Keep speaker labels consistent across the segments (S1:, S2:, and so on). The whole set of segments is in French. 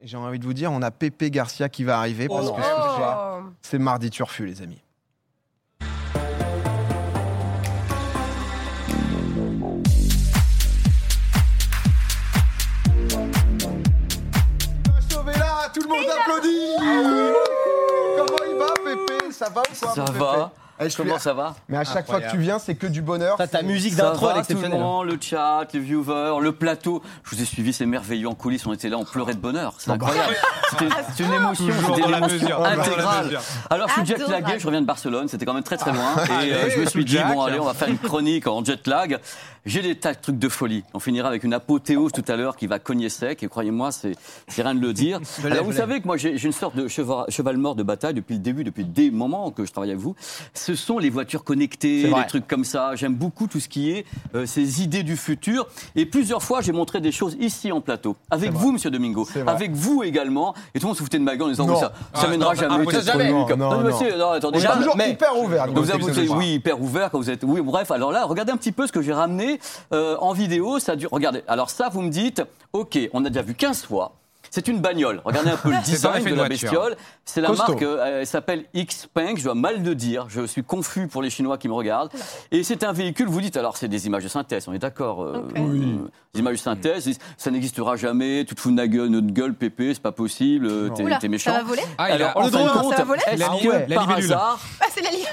S1: J'ai envie de vous dire, on a Pépé Garcia qui va arriver parce que ce
S2: Oh.
S1: soir, c'est mardi turfu, les amis. Sauvez-la, tout le monde applaudit Comment il va, Pépé Ça va ou quoi
S3: Ça
S1: mon Pépé
S3: va
S1: Eh, je suis-
S3: Comment ça va
S1: Mais à chaque fois que tu viens, c'est que du bonheur.
S4: Ça, Bah, ta
S1: c'est-
S4: musique
S3: Ça
S4: d'intro,
S3: va,
S4: elle est
S3: tout le
S4: exceptionnelle. hein.
S3: monde, le chat, les viewers, le plateau. Je vous ai suivi, c'est merveilleux en coulisses. On était là, on pleurait de bonheur. C'est
S4: bah.
S3: incroyable. C'était c'était une émotion,
S5: Toujours
S3: c'était
S5: dans
S3: une
S5: la
S3: émotion
S5: mesure, toujours dans la
S3: intégrale.
S5: mesure.
S3: Alors, je suis jet
S2: Adorable.
S3: lagué, je reviens de Barcelone, c'était quand même très très loin. Et euh,
S5: allez,
S3: je me suis
S5: tout
S3: dit,
S5: jack.
S3: bon, allez, on va faire une chronique en jet lag. J'ai des tas de trucs de folie. On finira avec une apothéose tout à l'heure qui va cogner sec. Et croyez-moi, c'est c'est rien de le dire. Alors, vous savez que moi, j'ai j'ai une sorte de cheval, cheval mort de bataille depuis le début, depuis des moments que je travaille avec vous. Ce sont les voitures connectées,
S4: C'est vrai.
S3: les trucs comme ça. J'aime beaucoup tout ce qui est euh, ces idées du futur. Et plusieurs fois, j'ai montré des choses ici en plateau. Avec vous, monsieur Domingo.
S1: vrai.
S3: Avec vous également. Et tout le monde se foutait de ma gueule en disant,
S1: Non.
S3: oui, ça, ça
S5: Ah,
S3: mènera
S5: non, ça-
S3: jamais.
S5: ah,
S3: cette
S5: ça jamais.
S3: chronique.
S1: Non, non,
S3: mais
S1: non.
S3: c'est- non, attendez,
S1: On est
S3: là,
S1: toujours
S3: mais-
S1: hyper ouvert. nous,
S3: donc vous
S1: c'est-
S3: êtes, oui, hyper ouvert quand vous êtes. Oui, bref. Alors là, regardez un petit peu ce que j'ai ramené euh, en vidéo. Ça dure. Regardez. Alors ça, vous me dites. Ok, on a déjà vu 15 fois. C'est une bagnole. Regardez un peu le
S5: un
S3: design
S5: effet
S3: de
S5: de
S3: la
S5: voiture.
S3: bestiole. C'est la
S1: Costaud.
S3: marque. euh, elle s'appelle Xpeng. Je dois mal le dire. Je suis confus pour les Chinois qui me regardent. Et c'est un véhicule. Vous dites. Alors c'est des images de synthèse. On est d'accord. euh,
S2: Ok.
S3: euh, Des images de synthèse. Ils disent, Ça n'existera jamais. Tu te fous de notre gueule, notre gueule, Pépé. C'est pas possible. euh, T'es
S2: Oula,
S3: t'es méchant.
S2: Ça va voler
S5: Ah, il
S3: Alors,
S5: a-
S3: en fin
S5: le
S3: de
S5: drone,
S2: ça
S3: compte,
S2: va voler
S5: La-
S3: est-ce
S5: ouais,
S3: que
S5: la
S3: par
S5: libellule.
S3: hasard,
S2: Ah, c'est la ligne.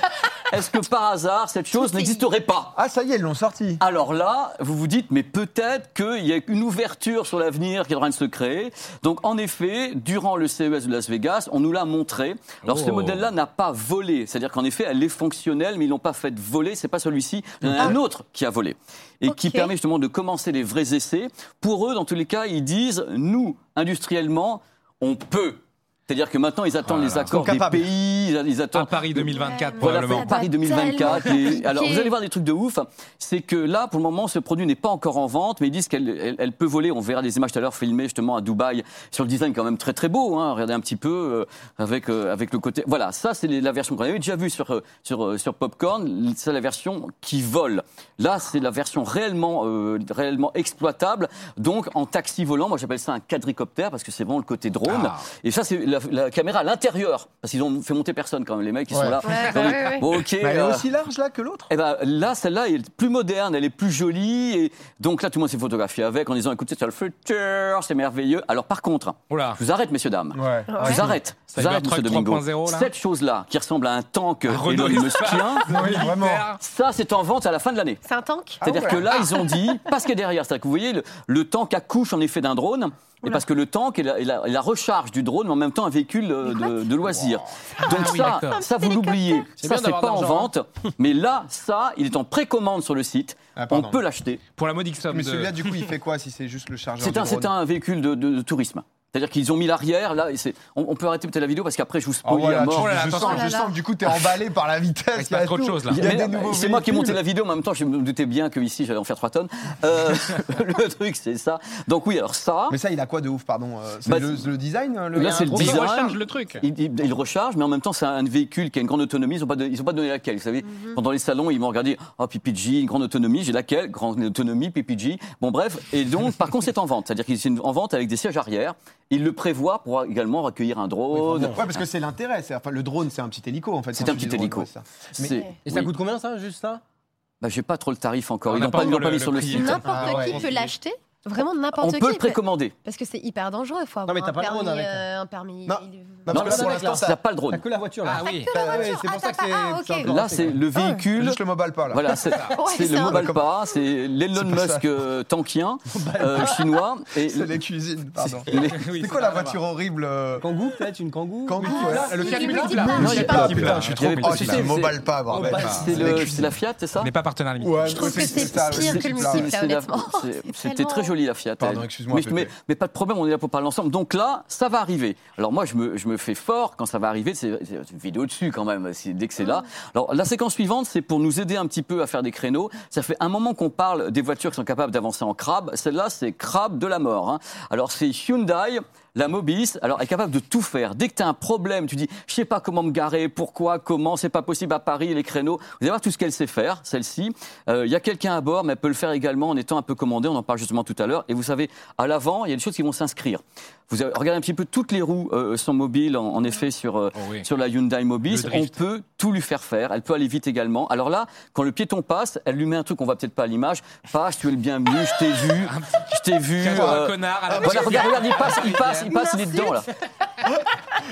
S3: est-ce que par hasard, cette chose
S2: Tout est-
S3: n'existerait pas
S1: Ah, ça y est, ils l'ont sorti.
S3: alors là, vous vous dites, mais peut-être qu'il y a une ouverture sur l'avenir qui est en train de se créer. Donc, en effet, durant le CES de Las Vegas, on nous l'a montré. Alors, ce
S5: Oh.
S3: modèle-là n'a pas volé. C'est-à-dire qu'en effet, elle est fonctionnelle, mais ils l'ont pas fait voler. C'est pas celui-ci. Il y en a un autre qui a volé. Et qui
S2: Ah. Ok.
S3: permet justement de commencer les vrais essais. Pour eux, dans tous les cas, ils disent, nous, industriellement, on peut. C'est-à-dire que maintenant, ils attendent
S5: Voilà.
S3: les accords
S1: Ils sont
S3: des
S1: capables.
S3: pays, ils- ils attendent
S5: À Paris 2024,
S2: Ouais,
S3: voilà,
S5: probablement.
S3: pour Paris 2024.
S2: tellement
S3: et- alors, vous
S2: compliqué.
S3: allez voir des trucs de ouf. C'est que là, pour le moment, ce produit n'est pas encore en vente, mais ils disent qu'elle elle, elle peut voler. On verra des images tout à l'heure filmées justement à Dubaï sur le design quand même très très beau. Hein. Regardez un petit peu euh, avec euh, avec le côté. Voilà, ça c'est les- la version qu'on avait déjà vue sur euh, sur euh, sur Popcorn. C'est la version qui vole. Là, c'est la version réellement euh, réellement exploitable. Donc en taxi volant, moi j'appelle ça un quadricoptère parce que c'est vraiment le côté drone.
S5: Ah.
S3: Et ça, c'est la, la caméra à l'intérieur parce qu'ils ont fait monter personne quand même les mecs qui
S1: Ouais.
S3: sont là.
S2: Ouais,
S3: Ils ont
S2: bah
S3: dit,
S2: ouais, ouais.
S3: Bon, ok.
S1: Mais elle est
S3: euh,
S1: aussi large là que l'autre.
S3: eh ben, là, celle-là, elle est plus moderne, elle est plus jolie. Et donc là, tout le monde s'est photographié avec en disant écoutez, c'est le futur, c'est merveilleux. Alors par contre, hein,
S5: Oula.
S3: je vous arrête, messieurs, dames.
S1: Ouais.
S3: Je vous arrête. Je vous arrête, monsieur
S5: Cybertruck
S3: Domingo.
S5: 3.0, là
S3: Cette chose-là, qui ressemble à un tank
S5: Un
S3: Elon
S5: Renault
S3: Musk,
S1: Oui, vraiment.
S3: ça, c'est en vente à la fin de l'année.
S2: C'est un tank
S3: C'est-à-dire
S1: ouais.
S3: que là, ils ont dit, parce que derrière, c'est-à-dire que vous voyez, le, le tank accouche en effet d'un drone, et parce que le tank est la, est la- est la recharge du drone, mais en même temps un véhicule euh, de, de loisir. Donc
S5: Ah oui,
S3: ça,
S5: d'accord.
S3: ça
S2: Un
S3: vous
S2: petit
S3: l'oubliez.
S2: hélicoptère.
S3: Ça,
S5: bien
S3: c'est
S5: d'avoir
S3: pas en
S5: de l'argent,
S3: vente, mais là, ça, il est en précommande sur le site.
S1: Ah,
S3: On
S1: pardon.
S3: peut l'acheter.
S5: Pour la modique somme
S1: Mais
S5: de...
S1: celui-là, du coup, il fait quoi si c'est juste le chargeur
S3: C'est un,
S1: du
S3: c'est
S1: drone
S3: un véhicule de, de- de tourisme. C'est-à-dire qu'ils ont mis l'arrière, là, et c'est- on, on peut arrêter peut-être la vidéo parce qu'après, je vous
S1: Ah,
S3: spoil
S1: voilà,
S3: à
S1: tu-
S3: mort.
S5: Oh là là,
S1: je,
S5: attention.
S1: sens,
S2: Oh là
S1: je
S2: là.
S1: sens que du coup, t'es emballé par la vitesse.
S5: Il se passe
S1: y a
S5: trop de
S1: tout.
S5: choses, là.
S1: Il y a
S3: Mais
S1: des
S3: non,
S1: nouveaux
S3: C'est moi qui ai monté
S1: véhicules.
S3: la vidéo, mais en même temps, je me doutais bien qu'ici, j'allais en faire 3 tonnes. Euh, le truc, c'est ça. Donc oui, alors ça,
S1: Mais ça, il a quoi de ouf, pardon euh, C'est
S3: Bah,
S1: le, le design euh, le...
S3: là, c'est le
S5: Gros,
S3: design.
S5: il recharge le truc.
S3: il, il- il recharge, mais en même temps, c'est un véhicule qui a une grande autonomie. Ils n'ont pas, don- ils ont pas donné laquelle. Vous savez,
S2: Mhm.
S3: pendant les salons, ils m'ont regardé. Oh, PPG, une grande autonomie. J'ai laquelle Grande autonomie, PPG. Bon, bref. Et donc, par contre, c'est en vente. C'est-à-dire qu'il est en vente avec des sièges arrière. Il le prévoit pour également recueillir un drone.
S1: Ouais, parce que c'est l'intérêt. c'est- Enfin, le drone, c'est un petit hélico, en fait.
S3: C'est
S1: quand
S3: un
S1: tu
S3: petit
S1: dis drone,
S3: hélico.
S1: ouais, ça.
S3: C'est-
S4: Et ça
S3: oui.
S4: coûte combien, ça, juste ça
S3: Bah, j'ai pas trop le tarif encore.
S5: On
S3: Ils
S5: n'a
S3: n'ont
S5: pas
S3: pas, ils l'ont
S5: encore
S3: pas
S5: le-
S3: mis sur
S5: le
S3: le
S5: prix.
S3: site.
S2: N'importe
S1: Ah ouais.
S2: qui peut l'acheter Vraiment
S3: On
S2: n'importe qui.
S3: peut le précommander.
S2: Parce que c'est hyper dangereux. Il faut avoir
S4: mais t'as
S2: un,
S4: pas le
S2: permis,
S4: drone avec.
S2: euh, un permis.
S1: Non. Non,
S3: Non,
S1: parce que là,
S4: ça
S1: pour
S4: va,
S1: l'instant,
S4: là.
S3: Ça n'a
S1: ça.
S3: pas le drone.
S4: T'as que la voiture, là.
S5: Ah oui.
S1: ça- ouais,
S4: c'est pour ça que c'est-
S2: Ah,
S4: c'est
S2: ok.
S4: encore-
S3: Là, c'est le véhicule.
S1: Juste le mobile pas, là.
S3: Voilà, c'est c'est
S2: c'est
S3: le
S2: un-
S3: mobile pas, c'est l'Elon
S1: C'est pas ça. bah,
S3: Musk euh, tankien, euh, chinois. Et
S1: C'est les cuisines, pardon.
S5: Oui,
S1: C'est
S5: ça
S1: quoi la
S5: n'a rien à
S1: voiture horrible euh,
S4: Kangoo, peut-être une kangoo
S1: Kangoo,
S2: Ah,
S1: ouais.
S2: si,
S5: le
S2: il
S5: calcul
S2: multiplie
S5: là,
S2: par- je
S5: non, il
S2: sais
S5: est
S2: pas.
S5: pas-
S1: Ah, putain, je suis trop
S3: Il y avait pas
S1: Oh,
S3: de
S1: c'est
S3: souci.
S1: le mobile pas, bordel. Ah,
S4: Mobile
S3: Ah, C'est
S1: les
S3: le-
S1: cuisines.
S3: c'est la Fiat, c'est ça
S5: voir. N'est pas partenaire limite.
S1: Ouais,
S2: Je trouve que
S1: c'est-
S2: c'est
S1: ça, ouais.
S2: pire que le
S1: C'est-
S2: multiple.
S3: C'est la-
S2: honnêtement.
S3: c'est-
S2: C'est
S3: C'était
S2: tellement-
S3: très joli la Fiat.
S1: Pardon,
S3: elle.
S1: excuse-moi,
S3: Mais,
S1: Pépé.
S3: mais- mais pas de problème, on est là pour parler ensemble. Donc là, ça va arriver. Alors moi, je me, je me fais fort quand ça va arriver. C'est c'est une vidéo dessus quand même, c'est- dès que c'est là.
S2: Ah.
S3: Alors la séquence suivante, c'est pour nous aider un petit peu à faire des créneaux. Ça fait un moment qu'on parle des voitures qui sont capables d'avancer en crabe. Celle-là, c'est crabe de la mort. hein. Alors c'est Hyundai. La Mobis, alors, est capable de tout faire. Dès que tu as un problème, tu dis, je sais pas comment me garer, pourquoi, comment, c'est pas possible à Paris, les créneaux. Vous allez voir tout ce qu'elle sait faire, celle-ci. Euh, Il y a quelqu'un à bord, mais elle peut le faire également en étant un peu commandée. On en parle justement tout à l'heure. Et vous savez, à l'avant, il y a des choses qui vont s'inscrire. Vous avez- regardez un petit peu, toutes les roues euh, sont mobiles, en, en effet, sur, euh,
S5: Oh oui.
S3: sur la Hyundai Mobis,
S5: Le
S3: on
S5: drift.
S3: peut tout lui faire faire. Elle peut aller vite également. Alors là, quand le piéton passe, elle lui met un truc qu'on voit peut-être pas à l'image. Passe, tu es le bienvenu, je t'ai vu, je t'ai vu.
S5: Cadeau à un
S3: euh,
S5: connard. à la
S3: voilà,
S5: maison.
S3: regarde, regarde, il passe, il passe, il passe, il est dedans là.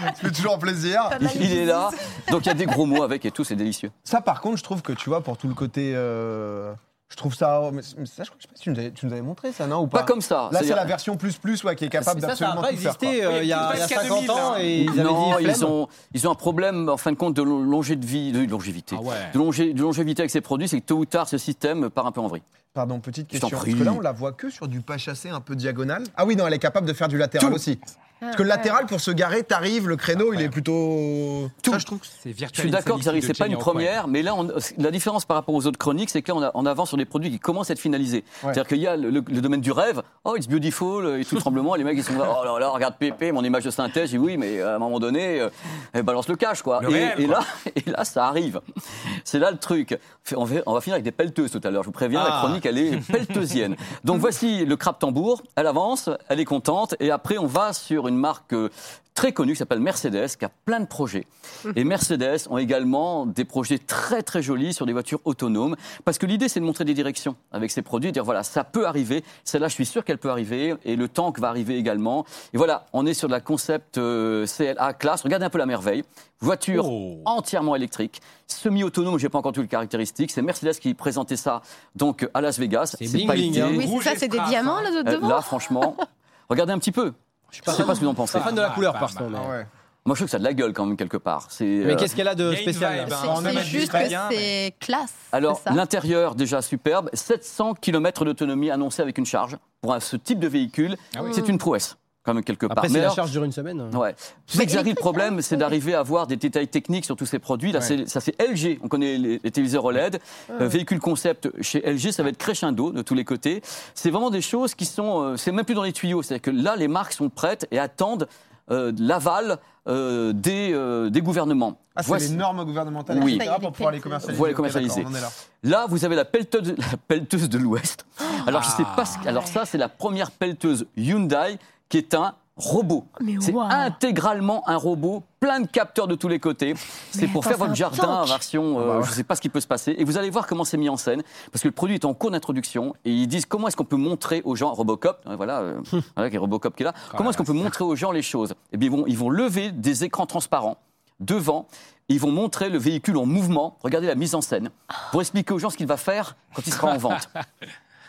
S1: Ça fait toujours plaisir.
S2: Pas mal,
S3: Il, il est là. Donc il y a des gros mots avec et tout, c'est délicieux.
S1: Ça, par contre, je trouve que tu vois, pour tout le côté. euh, je trouve ça. Mais, mais ça, je crois- je sais pas si tu nous avais, tu nous avais montré ça, non ou pas,
S3: Pas comme ça.
S1: Là, c'est
S3: C'est-à-dire-
S1: la version plus plus ouais, qui est capable
S4: Ça, ça
S1: d'absolument
S4: n'a pas
S1: tout faire. quoi.
S4: existé euh, il y a, il y a
S5: Presque à
S4: 50
S5: 2000,
S4: ans
S5: hein.
S4: et ils avaient
S3: non,
S4: dit flemme.
S3: ils ont, ils ont un problème, en fin de compte, de lo- longévité. De longévité.
S5: Ah ouais.
S3: De, longé- de longévité avec ces produits, c'est que tôt ou tard, ce système part un peu en vrille.
S1: Pardon, petite
S3: Je t'en
S1: question. Parce que
S3: prie.
S1: là, on la voit que sur du pas chassé un peu diagonal. Ah oui, non, elle est capable de faire du latéral
S3: Tout.
S1: aussi. Parce
S2: Ah,
S1: que le
S2: ouais.
S1: latéral, pour se garer, t'arrives, le créneau, il est plutôt.
S5: Ça, je trouve que c'est virtuel.
S3: Je suis d'accord que ça
S5: Insanity
S3: c'est
S5: de
S3: pas une
S5: Jamie Rockwell.
S3: première, mais là, on- la différence par rapport aux autres chroniques, c'est que là, on, a- on avance sur des produits qui commencent à être finalisés. C'est-à-dire qu'il y a le, le- le domaine du rêve, oh, it's beautiful, euh, et tout le tremblement, et les mecs, ils sont là, oh là là, regarde Pépé, mon image de synthèse, et oui, mais à un moment donné, euh, elle balance le cash, quoi.
S5: Le
S3: et,
S5: réel,
S3: et
S5: quoi.
S3: là, et là, ça arrive. C'est là le truc. On va, on va finir avec des pelleteuses tout à l'heure, je vous préviens, la
S1: Ah.
S3: chronique, elle est pelleteusienne. Donc voici le crabe tambour, elle avance, elle est contente, et après, on va sur une marque. euh, très connue qui s'appelle Mercedes, qui a plein de projets. Et Mercedes ont également des projets très très jolis sur des voitures autonomes, parce que l'idée c'est de montrer des directions avec ces produits, et dire voilà, ça peut arriver, celle-là je suis sûr qu'elle peut arriver, et le tank va arriver également. Et voilà, on est sur de la concept euh, CLA classe, regardez un peu la merveille, voiture
S5: Oh.
S3: entièrement électrique, semi-autonome, j'ai pas encore tout le caractéristique, c'est Mercedes qui présentait ça donc à Las Vegas,
S4: C'est bling bling,
S3: été.
S4: hein.
S2: Oui, c'est
S5: Rouge
S2: ça,
S5: et
S2: c'est des
S5: strass,
S2: diamants
S5: hein.
S2: là de
S3: Euh,
S2: devant.
S3: Là franchement, regardez un petit peu. Je sais pas ce que vous en hein. pensez.
S4: C'est fan de la
S5: Pas
S4: couleur
S5: mal,
S4: par
S5: pas
S4: contre.
S5: mal.
S4: mais-
S3: Moi, je trouve que ça a de la gueule quand même quelque part. C'est,
S4: Mais
S3: euh,
S4: qu'est-ce qu'elle a
S5: Il
S4: de
S5: y a une
S4: spécial ben,
S5: vibe,
S4: là
S5: hein.
S2: C'est-
S5: on
S2: C'est
S5: imagine
S2: juste
S5: très
S2: que
S5: bien,
S2: c'est classe.
S3: alors
S2: c'est ça.
S3: l'intérieur déjà superbe, 700 km d'autonomie annoncée avec une charge pour un- ce type de véhicule,
S5: Ah oui.
S3: c'est une prouesse quand même quelque part.
S4: Après, si
S3: Mais
S4: la
S3: alors-
S4: charge dure une semaine.
S3: Ouais. Tu sais que j'arrive, le
S2: hein,
S3: problème, c'est d'arriver à avoir des détails techniques sur tous ces produits. Là,
S5: Ouais.
S3: c'est- ça, c'est LG. On connaît les, les téléviseurs OLED. Euh, véhicule concept chez LG, ça va être crescendo de tous les côtés. C'est vraiment des choses qui sont. euh, c'est même plus dans les tuyaux. C'est-à-dire que là, les marques sont prêtes et attendent euh, de l'aval euh, des, euh, des gouvernements.
S1: Ah, c'est
S3: Voici-
S1: les normes gouvernementales,
S3: Oui.
S1: etc., pour pouvoir les commercialiser.
S3: Voilà,
S1: Ok,
S3: commercialiser.
S1: d'accord, on en est là.
S3: Là, vous avez la pelleteuse, la pelleteuse de l'Ouest. Alors, je sais
S5: Ah.
S3: pas ce que- Alors, ça, c'est la première pelleteuse Hyundai qui est un robot.
S2: Ah, Mais
S3: C'est
S2: waouh.
S3: intégralement un robot, plein de capteurs de tous les côtés. C'est
S2: Mais
S3: pour
S2: attends,
S3: faire
S2: c'est un
S3: votre jardin en
S2: tank.
S3: version, euh, je ne sais pas ce qui peut se passer. Et vous allez voir comment c'est mis en scène, parce que le produit est en cours d'introduction, et ils disent comment est-ce qu'on peut montrer aux gens, Robocop, euh, voilà, euh,
S2: Hum.
S3: voilà qui est Robocop qui est là, comment est-ce qu'on peut montrer aux gens les choses Eh bien, ils vont, ils vont lever des écrans transparents devant, et ils vont montrer le véhicule en mouvement, regardez la mise en scène, pour expliquer aux gens ce qu'il va faire quand il sera en vente.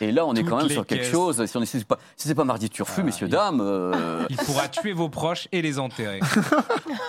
S3: Et là, on est quand
S5: Toutes
S3: même
S5: les
S3: sur quelque
S5: caisses. Ah,
S3: chose. Si on n'est pas, si c'est pas mardi turfu, messieurs dames, euh,
S5: Il pourra tuer vos proches et les enterrer.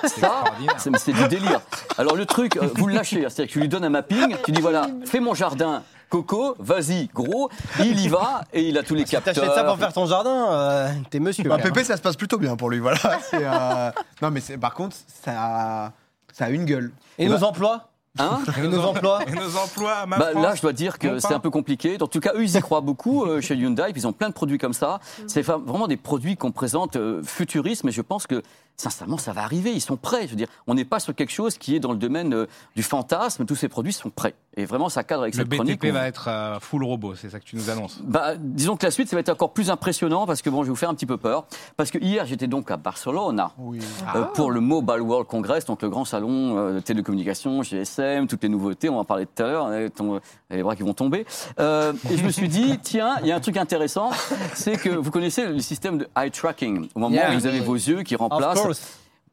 S5: C'est
S3: ça,
S5: extraordinaire.
S3: c'est- mais c'est du délire. Alors le truc, euh, vous le lâchez, hein, c'est-à-dire que tu lui donnes un mapping, tu dis voilà, fais mon jardin, Coco, vas-y, gros, il y va et il a tous les capteurs.
S4: T'achètes ça pour faire ton jardin, euh, t'es monsieur.
S1: Bah,
S4: quand même.
S1: Pépé, ça se passe plutôt bien pour lui, voilà. C'est, euh, Non, mais c'est- par contre, ça, ça a une gueule.
S4: Et nos emplois
S3: Hein
S4: Et nos emplois
S5: Et nos emplois, ma
S3: Bah,
S5: France.
S3: là, je dois dire
S5: mon
S3: que c'est
S5: pain.
S3: un peu compliqué. En tout cas, eux, ils y croient beaucoup euh, chez Hyundai. puis Ils ont plein de produits comme ça. C'est fa- vraiment des produits qu'on présente euh, futuristes, mais je pense que sincèrement, ça va arriver. Ils sont prêts. Je veux dire, on n'est pas sur quelque chose qui est dans le domaine euh, du fantasme. Tous ces produits sont prêts. Et vraiment, ça cadre avec
S5: Le
S3: cette chronique. hein.
S5: BTP
S3: où-
S5: va être euh, full robot, c'est ça que tu nous annonces.
S3: Bah, disons que la suite, ça va être encore plus impressionnant parce que bon, je vais vous faire un petit peu peur. Parce que hier, j'étais donc à Barcelone.
S1: Oui.
S3: euh,
S4: Ah.
S3: pour le Mobile World Congress, donc le grand salon euh, de télécommunications, GSM, toutes les nouveautés, on va en parler tout à l'heure, euh, ton- euh, les bras qui vont tomber. Euh, et je me suis dit, tiens, il y a un truc intéressant, c'est que vous connaissez le système de eye tracking, au moment
S4: Yeah.
S3: où vous avez vos yeux qui
S4: Of
S3: remplacent
S4: course.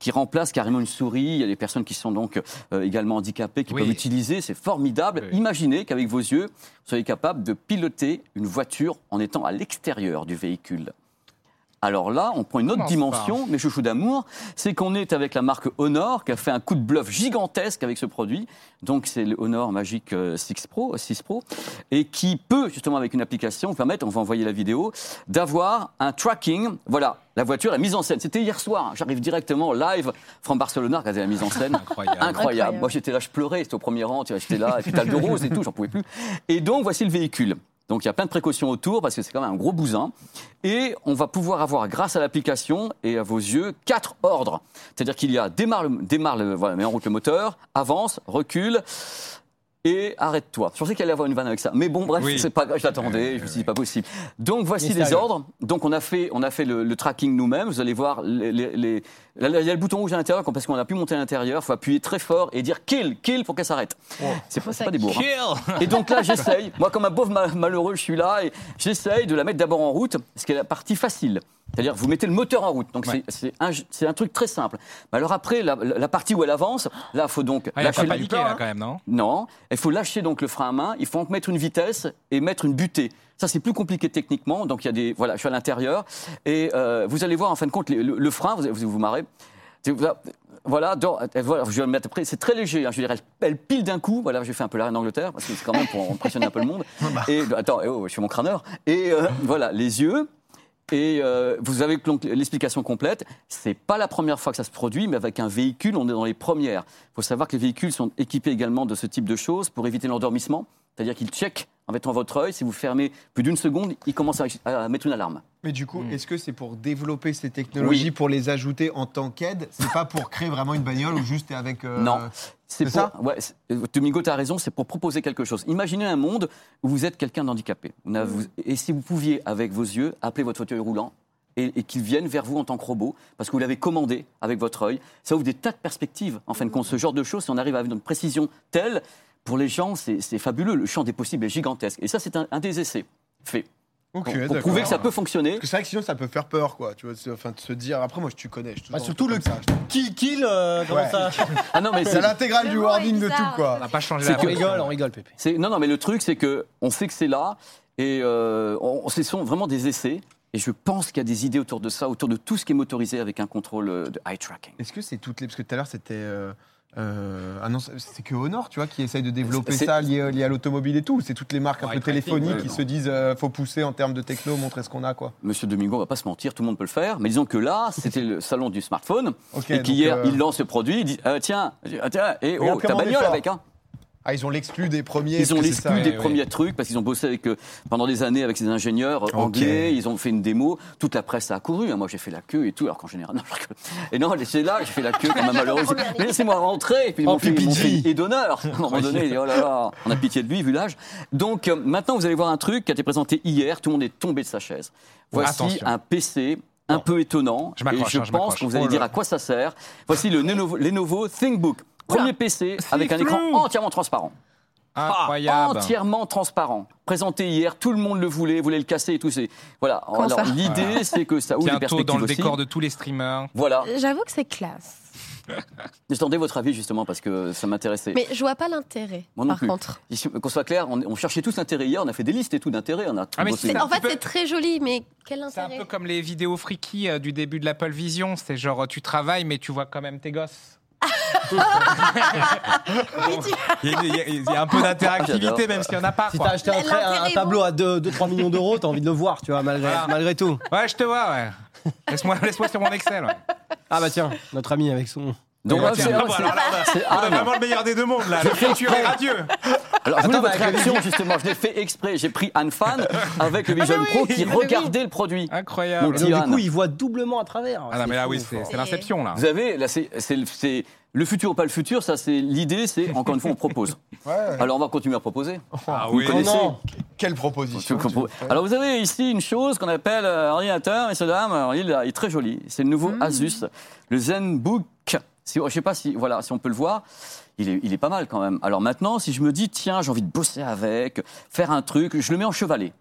S3: qui remplace carrément une souris. Il y a des personnes qui sont donc euh, également handicapées qui
S5: Oui.
S3: peuvent l'utiliser. C'est formidable.
S5: Oui.
S3: Imaginez qu'avec vos yeux, vous soyez capable de piloter une voiture en étant à l'extérieur du véhicule. Alors là, on prend une autre
S5: Commence
S3: dimension, mes chouchous d'amour, c'est qu'on est avec la marque Honor qui a fait un coup de bluff gigantesque avec ce produit. Donc c'est le Honor Magic euh, 6 Pro, 6 Pro, et qui peut justement avec une application vous permettre, on va envoyer la vidéo, d'avoir un tracking. Voilà, la voiture, la mise en scène. C'était hier soir. hein. J'arrive directement live from Barcelona, regardez la mise en scène.
S5: Incroyable.
S2: Incroyable.
S3: Moi, j'étais là, je pleurais. J'étais au premier rang, tu vois, j'étais là, et puis t'as le dos rose et tout, j'en pouvais plus. Et donc, voici le véhicule. Donc il y a plein de précautions autour parce que c'est quand même un gros bousin. Et on va pouvoir avoir, grâce à l'application et à vos yeux, quatre ordres. C'est-à-dire qu'il y a démarre, le, démarre le, voilà, mets en route le moteur, avance, recule et arrête-toi. Je pensais qu'il allait avoir une vanne avec ça. Mais bon, bref,
S5: Oui.
S3: c'est pas grave, je l'attendais,
S5: Euh,
S3: je me suis
S5: ouais.
S3: dit pas possible. Donc voici les
S4: Mais sérieux.
S3: ordres. Donc on a fait, on a fait le, le tracking nous-mêmes. Vous allez voir, les- les- les- là, là, il y a le bouton rouge à l'intérieur quand- parce qu'on a pu monter à l'intérieur. Il faut appuyer très fort et dire kill, kill pour qu'elle s'arrête. C'est pas, c'est pas des bourres. hein.
S5: Kill
S3: Et donc là, j'essaye. Moi, comme un pauvre ma- malheureux, je suis là et j'essaye de la mettre d'abord en route, ce qui est la partie facile. C'est-à-dire, vous mettez le moteur en route. Donc,
S5: Ouais.
S3: c'est- c'est un, c'est un truc très simple. Mais alors après, la, la- la partie où elle avance, là, il faut donc
S5: Ah, il a
S3: lâcher
S5: pas
S3: le
S5: paniqué
S3: moteur,
S5: là
S3: hein.
S5: quand même, non
S3: Non, il faut lâcher donc le frein à main, il faut donc mettre une vitesse et mettre une butée. Ça, c'est plus compliqué techniquement, donc il y a des... Voilà, je suis à l'intérieur, et euh, vous allez voir, en fin de compte, les- le, le frein, vous vous, vous marrez, C'est- voilà, voilà, dans- euh, voilà, je vais le mettre après, c'est très léger, hein, je veux dire, elle, elle pile d'un coup, voilà, j'ai fait un peu l'arrêt en Angleterre, parce que c'est quand même pour impressionner un peu le monde. Et, attends, eh oh, je suis mon crâneur. Et euh, voilà, les yeux... Et euh, vous avez donc l'explication complète. C'est pas la première fois que ça se produit, mais avec un véhicule, on est dans les premières. Il faut savoir que les véhicules sont équipés également de ce type de choses pour éviter l'endormissement. C'est-à-dire qu'ils checkent en mettant votre œil. Si vous fermez plus d'une seconde, ils commencent à, à mettre une alarme.
S1: Mais du coup,
S5: Hmm.
S1: est-ce que c'est pour développer ces technologies,
S3: Mm. Oui.
S1: pour les ajouter en tant qu'aide C'est pas pour créer vraiment une bagnole ou juste t'es avec. euh,
S3: Non. C'est
S1: C'est
S3: pour,
S1: ça
S3: ouais, c'est- euh, Domingo, tu as raison, c'est pour proposer quelque chose. Imaginez un monde où vous êtes quelqu'un d'handicapé. On a- vous- Et si vous pouviez, avec vos yeux, appeler votre fauteuil roulant et, et qu'il vienne vers vous en tant que robot, parce que vous l'avez commandé avec votre œil, ça ouvre des tas de perspectives. En fin de compte, ce genre de choses, si on arrive à une précision telle, pour les gens, c'est c'est fabuleux. Le champ des possibles est gigantesque. Et ça, c'est un, un des essais faits.
S1: Ok,
S3: Pour, pour
S1: d'accord.
S3: prouver que ça peut fonctionner.
S1: Parce que c'est vrai que sinon ça peut faire peur, quoi. Tu vois, c'est- enfin, de se dire. Après, moi, je tu connais. Je te
S4: Bah,
S1: sens
S4: surtout
S1: comme
S4: le-
S1: ça, je-
S4: Kill, kill, euh, comment
S1: Ouais.
S4: ça
S3: Ah non, mais
S1: C'est
S3: c'est-
S1: l'intégrale
S2: Le
S1: du
S2: mot est
S1: warning de
S2: bizarre.
S1: tout, quoi.
S5: On n'a pas changé
S3: C'est
S5: la
S3: que-
S4: On
S5: réponse.
S4: rigole, on rigole, Pépé.
S3: C'est- non, non, mais le truc, c'est que on sait que c'est là, et euh, on- ce sont vraiment des essais. Et je pense qu'il y a des idées autour de ça, autour de tout ce qui est motorisé avec un contrôle euh, de eye tracking.
S1: Est-ce que c'est toutes les. Parce que tout à l'heure, c'était. euh, euh, ah non, c'est- c'est que Honor, tu vois, qui essaye de développer
S3: C'est-
S1: ça lié, lié à l'automobile et tout. ou C'est toutes les marques un
S5: Ouais,
S1: peu
S5: tracking,
S1: téléphoniques
S3: ouais,
S1: qui
S3: non.
S1: se disent euh, faut pousser en termes de techno, montrer ce qu'on a, quoi.
S3: Monsieur Domingo, on va pas se mentir, tout le monde peut le faire, mais disons que là, c'était le salon du smartphone,
S1: Ok,
S3: et
S1: donc,
S3: qu'hier,
S1: euh,
S3: il lance le produit, il dit Ah, tiens, ah, tiens, et oh,
S1: Regarde
S3: ta
S1: comment on est
S3: bagnole
S1: fort.
S3: avec, hein
S1: Ah, ils ont l'exclu des premiers.
S3: Ils ont
S1: parce que c'est ça,
S3: l'exclu des
S5: ouais.
S3: premiers trucs parce qu'ils ont bossé avec, euh, pendant des années avec ces ingénieurs euh, anglais. Ils ont fait une démo. Toute la presse a accouru. hein. Moi, j'ai fait la queue et tout. Alors qu'en général, non, je rigole. Et non, c'est là, j'ai fait la queue quand même malheureuse. Mais laissez-moi rentrer. Et puis, ils
S4: Oh,
S3: m'ont fait- ils m'ont
S4: pipi.
S3: fait- et d'honneur. À un moment donné, oh là là, on a pitié de lui vu l'âge. Donc euh, maintenant, vous allez voir un truc qui a été présenté hier. Tout le monde est tombé de sa chaise. Voici
S5: Attention.
S3: un PC. Un peu étonnant,
S5: Je
S3: et
S5: m'accroche,
S3: je
S5: hein, je
S3: pense
S5: m'accroche.
S3: que vous allez
S5: Oh là.
S3: dire à quoi ça sert. Voici le Lenovo, Lenovo ThinkBook, premier PC avec un écran
S5: See-through.
S3: entièrement transparent. Ah,
S5: Incroyable.
S3: Entièrement transparent. Présenté hier, tout le monde le voulait, voulait le casser et tout. C'est voilà.
S2: Comment
S3: Alors
S2: ça
S3: l'idée,
S5: Voilà.
S3: c'est que ça ouvre des
S5: Bientôt
S3: perspectives
S5: dans le
S3: aussi.
S5: décor de tous les streamers.
S3: Voilà.
S2: J'avoue que c'est classe.
S3: J'attendais votre avis justement parce que ça m'intéressait.
S2: Mais je vois pas l'intérêt,
S3: Moi non
S2: par
S3: plus.
S2: contre.
S3: Ici, Qu'on soit clair, on, on cherchait tous l'intérêt hier. On a fait des listes et tout d'intérêt. On a tout
S5: Ah, mais
S3: bossé.
S5: C'est
S2: C'est-
S5: un
S2: En fait,
S5: petit peu-
S2: c'est très joli, mais quel
S5: C'est un
S2: intérêt
S5: peu comme les vidéos freaky euh, du début de l'Apple Vision. C'est genre, euh, tu travailles, mais tu vois quand même tes gosses. Bon, Il y, a- il y a- il y a un peu d'interactivité,
S3: J'adore.
S5: même s'il n'y en a pas.
S4: Si
S5: quoi.
S4: t'as acheté un, trait- un
S2: L'intérêt est bon.
S4: tableau à 2-3 millions d'euros, t'as envie de le voir, tu vois, malgré,
S5: Voilà.
S4: malgré tout.
S5: Ouais, je te vois, ouais. Laisse-moi laisse sur mon Excel. ouais.
S4: Ah bah tiens, notre ami avec son.
S3: Donc
S5: Ah,
S3: c'est-
S5: tiens,
S3: c'est-
S5: ah, bah, alors là,
S3: c'est Anne.
S5: on a vraiment le meilleur des deux mondes, là. Le futur est radieux.
S3: Alors, je voulais votre
S4: Attends, mais
S5: bah,
S4: avec
S3: réaction justement. Je l'ai fait exprès. J'ai pris Anne Fan avec le Vision Pro qui
S5: Ah, mais oui.
S3: regardait le produit.
S5: Incroyable.
S3: Donc,
S4: Et Ah, donc,
S3: Diane.
S4: du coup, il voit doublement à travers.
S5: Ah non,
S4: C'est
S5: mais là,
S4: fou, hein.
S5: oui,
S4: quoi.
S5: c'est c'est l'inception, là.
S3: Vous avez là, c'est- c'est le- c'est le futur ou pas le futur. Ça, c'est l'idée. C'est encore une fois, on propose.
S1: Ouais.
S3: Alors, on va continuer à proposer.
S5: Ah
S3: Vous
S5: oui.
S3: connaissez
S4: non.
S1: Quelle
S3: Je
S1: proposition
S3: comprends.
S1: tu vois.
S3: Alors vous avez ici une chose qu'on appelle euh, ordinateur, messieurs dames, Alors, euh, il il est très joli. C'est le nouveau Asus, le ZenBook. Si, je sais pas si voilà si on peut le voir. Il est, il est pas mal quand même. Alors maintenant, si je me dis tiens, j'ai envie de bosser avec, faire un truc, je le mets en chevalet.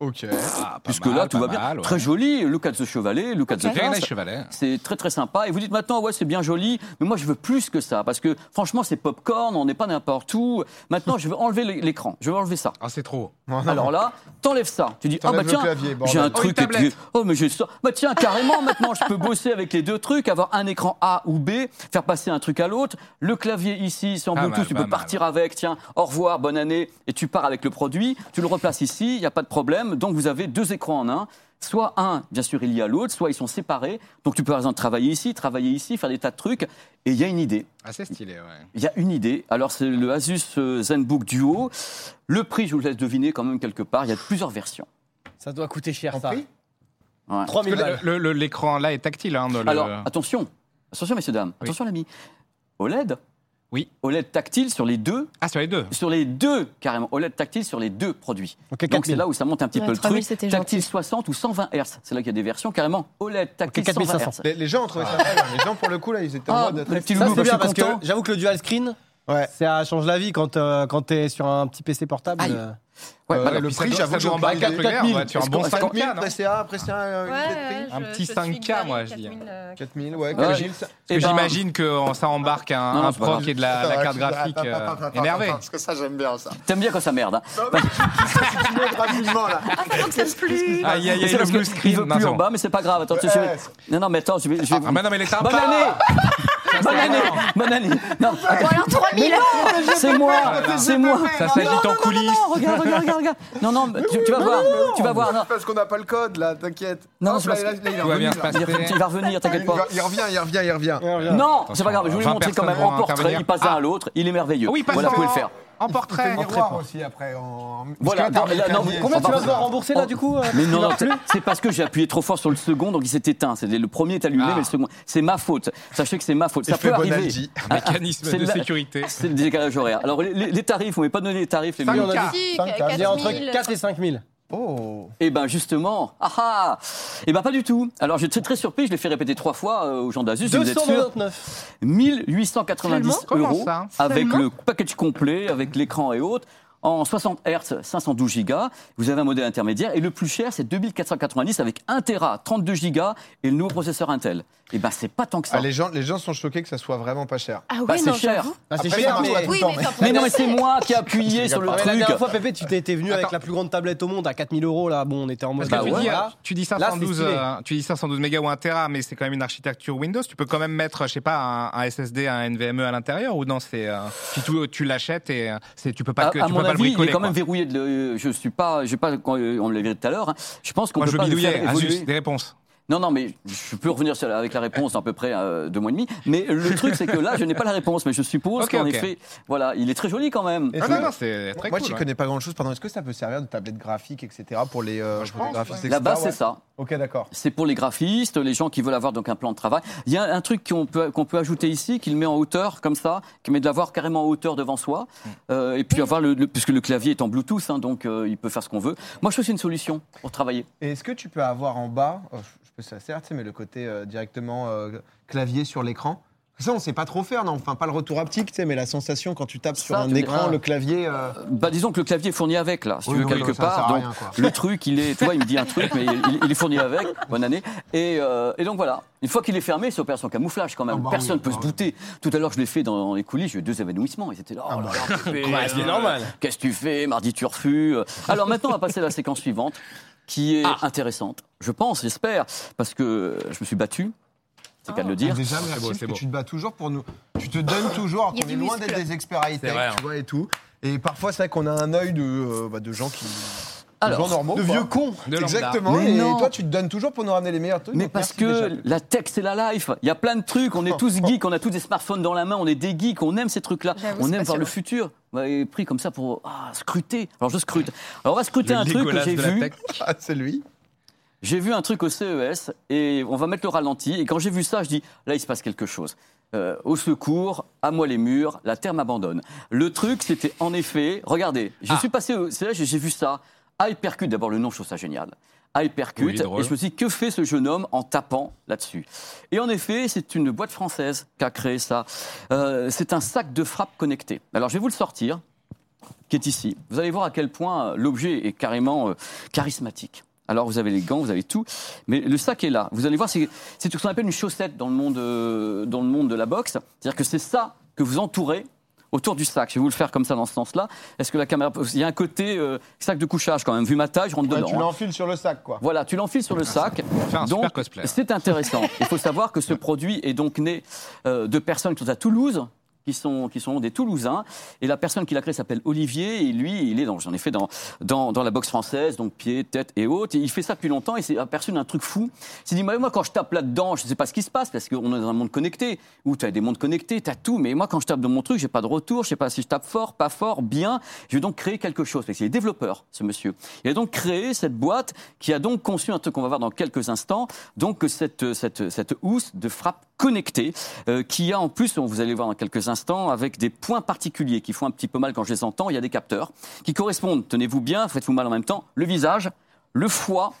S1: Ok.
S5: Ah, pas
S3: Puisque
S5: mal,
S3: là tout
S5: pas
S3: va bien.
S5: mal, ouais.
S3: Très joli, le cas de ce chevalet, le cas de ce
S2: Ok.
S5: Very
S3: pince.
S5: nice, chevalet.
S3: C'est très très sympa. Et vous dites maintenant, ouais, c'est bien joli, mais moi je veux plus que ça. Parce que franchement, c'est popcorn, on n'est pas n'importe où. Maintenant, je veux enlever l'écran, je veux enlever ça.
S5: Ah, c'est trop.
S3: Alors là, t'enlèves ça. Tu dis, ah bah
S1: Hein. T'enlèves le
S3: tiens,
S1: clavier, bordel.
S3: j'ai un
S5: Oh, une
S3: truc. et
S5: tablette.
S3: puis, oh, mais j'ai ça. Bah tiens, carrément, maintenant, je peux bosser avec les deux trucs, avoir un écran A ou B, faire passer un truc à l'autre. Le clavier ici, c'est en
S5: Pas
S3: Bluetooth,
S5: mal,
S3: tu
S5: pas
S3: peux
S5: mal.
S3: partir avec. Tiens, au revoir, bonne année. Et tu pars avec le produit, tu le replaces ici, il n'y a pas de problème. même, donc vous avez deux écrans en un. Soit un, bien sûr, il y a l'autre, soit ils sont séparés. Donc tu peux, par exemple, travailler ici, travailler ici, faire des tas de trucs. Et il y a une idée.
S5: Assez stylé, ouais.
S3: Il y a une idée. Alors, c'est le Asus euh, ZenBook Duo. Le prix, je vous laisse deviner quand même quelque part. Il y a plusieurs versions.
S4: Ça doit coûter cher,
S1: En
S4: ça.
S1: prix
S3: Ouais.
S4: 3000
S5: Parce que
S4: balles.
S5: le- le- le- L'écran là est tactile. Hein, dans le-
S3: Alors, attention, attention, messieurs, dames,
S5: Oui.
S3: attention, l'ami. OLED
S5: Oui.
S3: OLED tactile sur les deux,
S5: Ah, sur les deux.
S3: sur les deux, carrément. OLED tactile sur les deux produits.
S4: Ok,
S3: Donc, c'est
S4: 4000.
S3: là où ça monte un petit
S2: Ouais,
S3: peu le
S2: 3000,
S3: truc.
S2: c'était
S3: Tactile 60 ou 120 Hz. C'est là qu'il y a des versions carrément OLED tactile
S4: Ok,
S3: 120
S4: 4500.
S3: Hz.
S1: Les, les gens ont trouvé ça mal. hein. Les gens, pour le coup, là, ils étaient en
S3: Ah,
S1: mode.
S3: les petits
S4: Ça,
S3: loulous,
S4: c'est
S3: je suis
S4: bien parce que
S3: content.
S4: j'avoue que le dual screen,
S1: Ouais.
S4: ça change la vie quand, euh, quand t'es sur un petit PC portable.
S3: Aïe.
S4: euh.
S3: Ouais,
S1: Euh,
S3: bah,
S1: le
S5: Ça
S1: prix,
S5: doit-
S1: j'avoue,
S5: ça
S1: j'ai
S5: doit en
S1: aucune
S5: bas
S1: idée.
S5: 4 milliard, ouais, tu as un
S3: Est-ce
S5: bon
S3: qu'on- est-ce qu'on-
S5: 5
S1: 4000,
S5: 000,
S1: après CA, après CA, euh, une clé de prix.
S5: Un petit 5K, moi, je dis.
S2: euh,
S1: 4000, ouais,
S3: Ouais.
S1: 4000. ça-
S3: eh ben,
S5: J'imagine que on- ça embarque un,
S3: Non, non,
S5: un
S3: c'est pas
S5: pro
S3: grave.
S5: qui est de la, la carte graphique euh, énervé.
S1: Parce que ça, j'aime bien ça.
S3: T'aimes bien quand ça merde. hein.
S1: Tu montes rapidement, là.
S2: plus.
S5: Aïe, aïe,
S3: Mais
S5: aïe,
S3: c'est
S5: le
S3: parce que
S5: blue
S3: il
S5: screen.
S3: veut
S5: non,
S3: plus
S5: c'est
S3: en
S5: bon.
S3: bas, mais c'est pas grave. Attends, je-
S1: Ouais.
S3: je- Non, non, mais attends, je vais. je vais
S5: Ah, mais non, mais les
S3: Bonne année Bonne année Bonne année Non, attends,
S2: alors 3000
S3: c'est moi C'est moi
S5: Ça s'agit en
S3: Non,
S5: coulisses.
S3: non, regarde, regarde, regarde, regarde. Non, non, mais tu, tu vas voir, tu vas voir. Non,
S1: Parce qu'on n'a pas le code, là, t'inquiète.
S3: Non,
S1: Hop,
S3: c'est
S1: là,
S3: parce
S1: là,
S3: que-
S1: là, il est
S5: Tout va
S1: revenu,
S5: bien
S1: là.
S5: se passer.
S3: il, revient- il va revenir,
S1: Il
S3: t'inquiète pas.
S1: va- il revient, il revient, il revient.
S3: Non, c'est pas grave, je vais vous le
S5: Enfin,
S3: montrer quand même
S5: personne
S3: en
S5: va
S3: portrait.
S5: intervenir.
S3: Ils passent d'un à l'autre, Ah. il est merveilleux.
S5: Oui, passe
S3: voilà, vous pouvez le
S5: en-
S3: faire.
S1: Il
S5: En
S1: fait
S5: portrait.
S1: des miroirs aussi, après. en-
S3: Voilà,
S1: Parce que là,
S3: non, mais là,
S1: t'as
S3: non,
S1: enlevé
S3: mais
S1: un
S3: combien
S4: Combien
S1: billet,
S4: tu
S3: va
S4: vas
S1: ça.
S4: devoir rembourser là
S3: Oh.
S4: du coup euh
S3: Mais non, non, c'est- c'est parce que j'ai appuyé trop fort sur le second, donc il s'est éteint. C'est- Le premier est allumé,
S5: Ah.
S3: mais le second. C'est ma faute. Sachez que c'est ma faute.
S1: Il
S3: Ça
S1: fait
S3: peut arriver.
S1: Bonaldi.
S5: Un mécanisme
S3: C'est
S5: de
S3: la-
S5: sécurité.
S3: C'est le décalage horaire. Alors, les, les- les tarifs, on ne pas donner les tarifs, les
S5: Cinq
S3: mieux.
S5: euros.
S1: Ah,
S4: Il y a entre 4 et 5000.
S1: Oh.
S3: Eh ben justement, ah ah Eh ben pas du tout. Alors j'étais très surpris, je l'ai fait répéter trois fois euh, aux gens d'Asus, vous êtes sûrs
S4: 299.
S3: 1890
S2: Seulement
S5: Comment
S3: euros
S5: ça
S3: avec
S2: Seulement
S3: le package complet, avec l'écran et autres. En 60 Hz, 512 Go, vous avez un modèle intermédiaire et le plus cher c'est 2490 avec 1 Tera, 32 Go et le nouveau processeur Intel. Eh ben c'est pas tant que ça.
S1: Ah, les, gens, les gens sont choqués que ça soit vraiment pas cher.
S2: Ah
S3: Bah,
S2: ouais,
S3: c'est
S2: non,
S3: cher.
S2: j'avoue.
S4: Bah, c'est
S1: Après,
S4: cher,
S1: ça marche
S4: mais.
S1: pas tout
S2: Oui,
S1: le temps,
S2: mais
S1: mais-
S2: ça
S3: Mais non mais c'est moi qui ai appuyé sur le
S4: Ah, mais la
S3: truc.
S4: dernière fois, Pépé, tu t'étais venu avec la plus grande tablette au monde à 4000 euros là. Bon, on était en mode.
S5: Parce que
S3: Bah
S5: tu,
S3: ouais.
S5: dis, euh,
S4: voilà.
S5: tu dis
S4: Là, c'est
S5: 512,
S4: stylé.
S5: euh, tu dis 512 mégas ou 1 Tera, mais c'est quand même une architecture Windows. Tu peux quand même mettre, je sais pas, un, un SSD, un NVMe à l'intérieur ou non C'est euh, si tu, tu l'achètes et euh, c'est tu peux pas
S3: À,
S5: que
S3: à
S5: tu
S3: mon
S5: peux pas le
S3: avis, il est
S5: bricoler.
S3: quand
S5: quoi.
S3: même verrouillé. De, le- euh, je suis pas, j'ai pas, quand, euh, on me l'a dit tout à l'heure. hein. Je pense qu'on
S5: Moi,
S3: peut
S5: je Ah,
S3: pas le
S5: bidouillais.
S3: faire évoluer.
S5: Asus, des réponses.
S3: Non, non, mais je peux revenir sur la- avec la réponse à peu près euh, deux mois et demi. Mais le truc, c'est que là, je n'ai pas la réponse, mais je suppose
S5: Ok,
S3: qu'en
S5: ok.
S3: effet, voilà, il est très joli quand même.
S1: Et
S5: Ah
S1: toi
S5: non, non, c'est très
S1: Moi,
S5: cool. hein.
S1: j'y
S5: ouais.
S1: connais pas grand chose. Pardon, est-ce que ça peut servir de tablette graphique, etc. pour les, euh, pour les
S5: pense,
S1: graphistes,
S5: ouais.
S1: etc.
S3: La base,
S1: ouais.
S3: c'est ça.
S1: Ok, d'accord.
S3: C'est pour les graphistes, les gens qui veulent avoir donc un plan de travail. Il y a un truc qu'on peut, qu'on peut ajouter ici, qu'il met en hauteur comme ça, qui met de l'avoir carrément en hauteur devant soi.
S1: Mm.
S3: Euh, et puis avoir le, le- puisque le clavier est en Bluetooth, hein, donc euh, il peut faire ce qu'on veut. Moi, je trouve que c'est une solution pour travailler.
S1: Et est-ce que tu peux avoir en bas, oh, je- je peux ça sert, tu sais, mais le côté euh, directement euh, clavier sur l'écran Ça, on sait pas trop faire, non Enfin, pas le retour haptique, tu sais, mais la sensation quand tu tapes sur
S3: Ça,
S1: un
S3: tu-
S1: écran,
S3: ah.
S1: le clavier. euh,
S3: Bah, disons que le clavier est fourni avec, là, si
S1: oui,
S3: tu veux,
S1: oui,
S3: quelque
S1: ça sert
S3: part.
S1: à
S3: Donc,
S1: rien, quoi.
S3: Le truc, il est, toi, il me dit un truc, mais il, il est fourni avec. Bonne année. Et, euh, et donc voilà. Une fois qu'il est fermé, il s'opère son camouflage quand même.
S1: Ah bah
S3: Personne ne
S1: oui,
S3: peut
S1: bah
S3: se douter. Tout à l'heure, je l'ai fait dans les coulisses, j'ai eu deux évanouissements. Ils étaient
S1: Ah
S3: là.
S1: bah
S3: Oh là là, Pépé,
S4: Ouais, c'est
S3: euh,
S4: normal.
S3: Qu'est-ce que tu fais Mardi, tu refus. Alors maintenant, on va passer à la séquence suivante, qui
S1: Ah.
S3: est intéressante. Je pense, j'espère, parce que je me suis battu. C'est le
S1: Ah.
S3: cas de le dire.
S1: Déjà, merci,
S5: beau,
S1: parce
S5: c'est
S1: que
S5: beau.
S1: tu te bats toujours pour nous. Tu te donnes toujours. alors
S2: Il y a
S1: qu'on
S2: du
S1: est loin
S2: muscle.
S1: d'être des experts high
S5: C'est vrai, hein.
S1: tu vois, et tout. Et parfois, c'est vrai qu'on a un œil de, euh, bah, de gens qui. de
S3: Alors,
S1: gens normaux.
S4: De
S1: quoi.
S4: vieux cons.
S5: De lambda.
S1: Exactement.
S3: Mais
S1: et
S3: non.
S1: toi, tu te donnes toujours pour nous ramener les meilleurs trucs.
S3: Mais
S1: donc
S3: parce
S1: merci déjà,
S3: que
S1: Pépé.
S3: la tech, c'est la life. Il y a plein de trucs. On est tous geeks, on a tous des smartphones dans la main, on est des geeks, on aime ces trucs-là.
S2: J'avoue,
S3: On
S2: c'est
S3: aime voir le
S2: passionnant.
S3: futur. Vous m'avez pris comme ça pour ah, scruter. Alors je scrute. Alors on va scruter
S5: Le
S3: un truc que
S5: Legolas
S3: j'ai
S5: de la
S3: vu.
S5: tech.
S1: Ah, c'est lui.
S3: J'ai vu un truc au CES et on va mettre le ralenti. Et quand j'ai vu ça, je dis là, il se passe quelque chose. Euh, au secours, à moi les murs, la terre m'abandonne. Le truc, c'était en effet, regardez, je
S5: Ah.
S3: suis passé au CES, j'ai vu ça. Hypercute, d'abord le nom, je trouve ça génial.
S5: Oui,
S3: Hypercute,
S5: drôle.
S3: et je me suis dit, que fait ce jeune homme en tapant là-dessus Et en effet, c'est une boîte française qui a créé ça. Euh, c'est un sac de frappe connecté. Alors, je vais vous le sortir, qui est ici. Vous allez voir à quel point euh, l'objet est carrément euh, charismatique. Alors, vous avez les gants, vous avez tout, mais le sac est là. Vous allez voir, c'est c'est ce qu'on appelle une chaussette dans le monde, euh, dans le monde de la boxe. C'est-à-dire que c'est ça que vous entourez autour du sac. Je vais vous le faire comme ça dans ce sens-là. Est-ce que la caméra... peut- Il y a un côté euh, sac de couchage quand même. Vu ma taille, je rentre
S5: Eh ben,
S1: Ouais,
S3: dedans.
S1: tu
S3: hein.
S1: l'enfiles sur le sac, quoi.
S3: Voilà, tu l'enfiles sur le sac.
S5: Fais un
S3: donc,
S5: super cosplay.
S3: c'est intéressant. Il faut savoir que ce produit est donc né euh, de personnes qui sont à Toulouse, qui sont, qui sont des Toulousains. Et la personne qui l'a créé s'appelle Olivier. Et lui, il est, dans, j'en ai fait dans, dans, dans la boxe française, donc pied, tête et haute. Et il fait ça depuis longtemps. Il s'est aperçu d'un truc fou. Il s'est dit, moi, moi, quand je tape là-dedans, je ne sais pas ce qui se passe parce qu'on est dans un monde connecté où tu as des mondes connectés, tu as tout. Mais moi, quand je tape dans mon truc, j'ai pas de retour. Je sais pas si je tape fort, pas fort, bien. Je vais donc créer quelque chose. Parce qu'il est développeur, ce monsieur. Il a donc créé cette boîte qui a donc conçu un truc qu'on va voir dans quelques instants. Donc, cette, cette, cette housse de frappe connectée euh, qui a en plus, on vous allez voir dans quelques instants, avec des points particuliers qui font un petit peu mal quand je les entends. Il y a des capteurs qui correspondent, tenez-vous bien, faites-vous mal en même temps, le visage, le foie,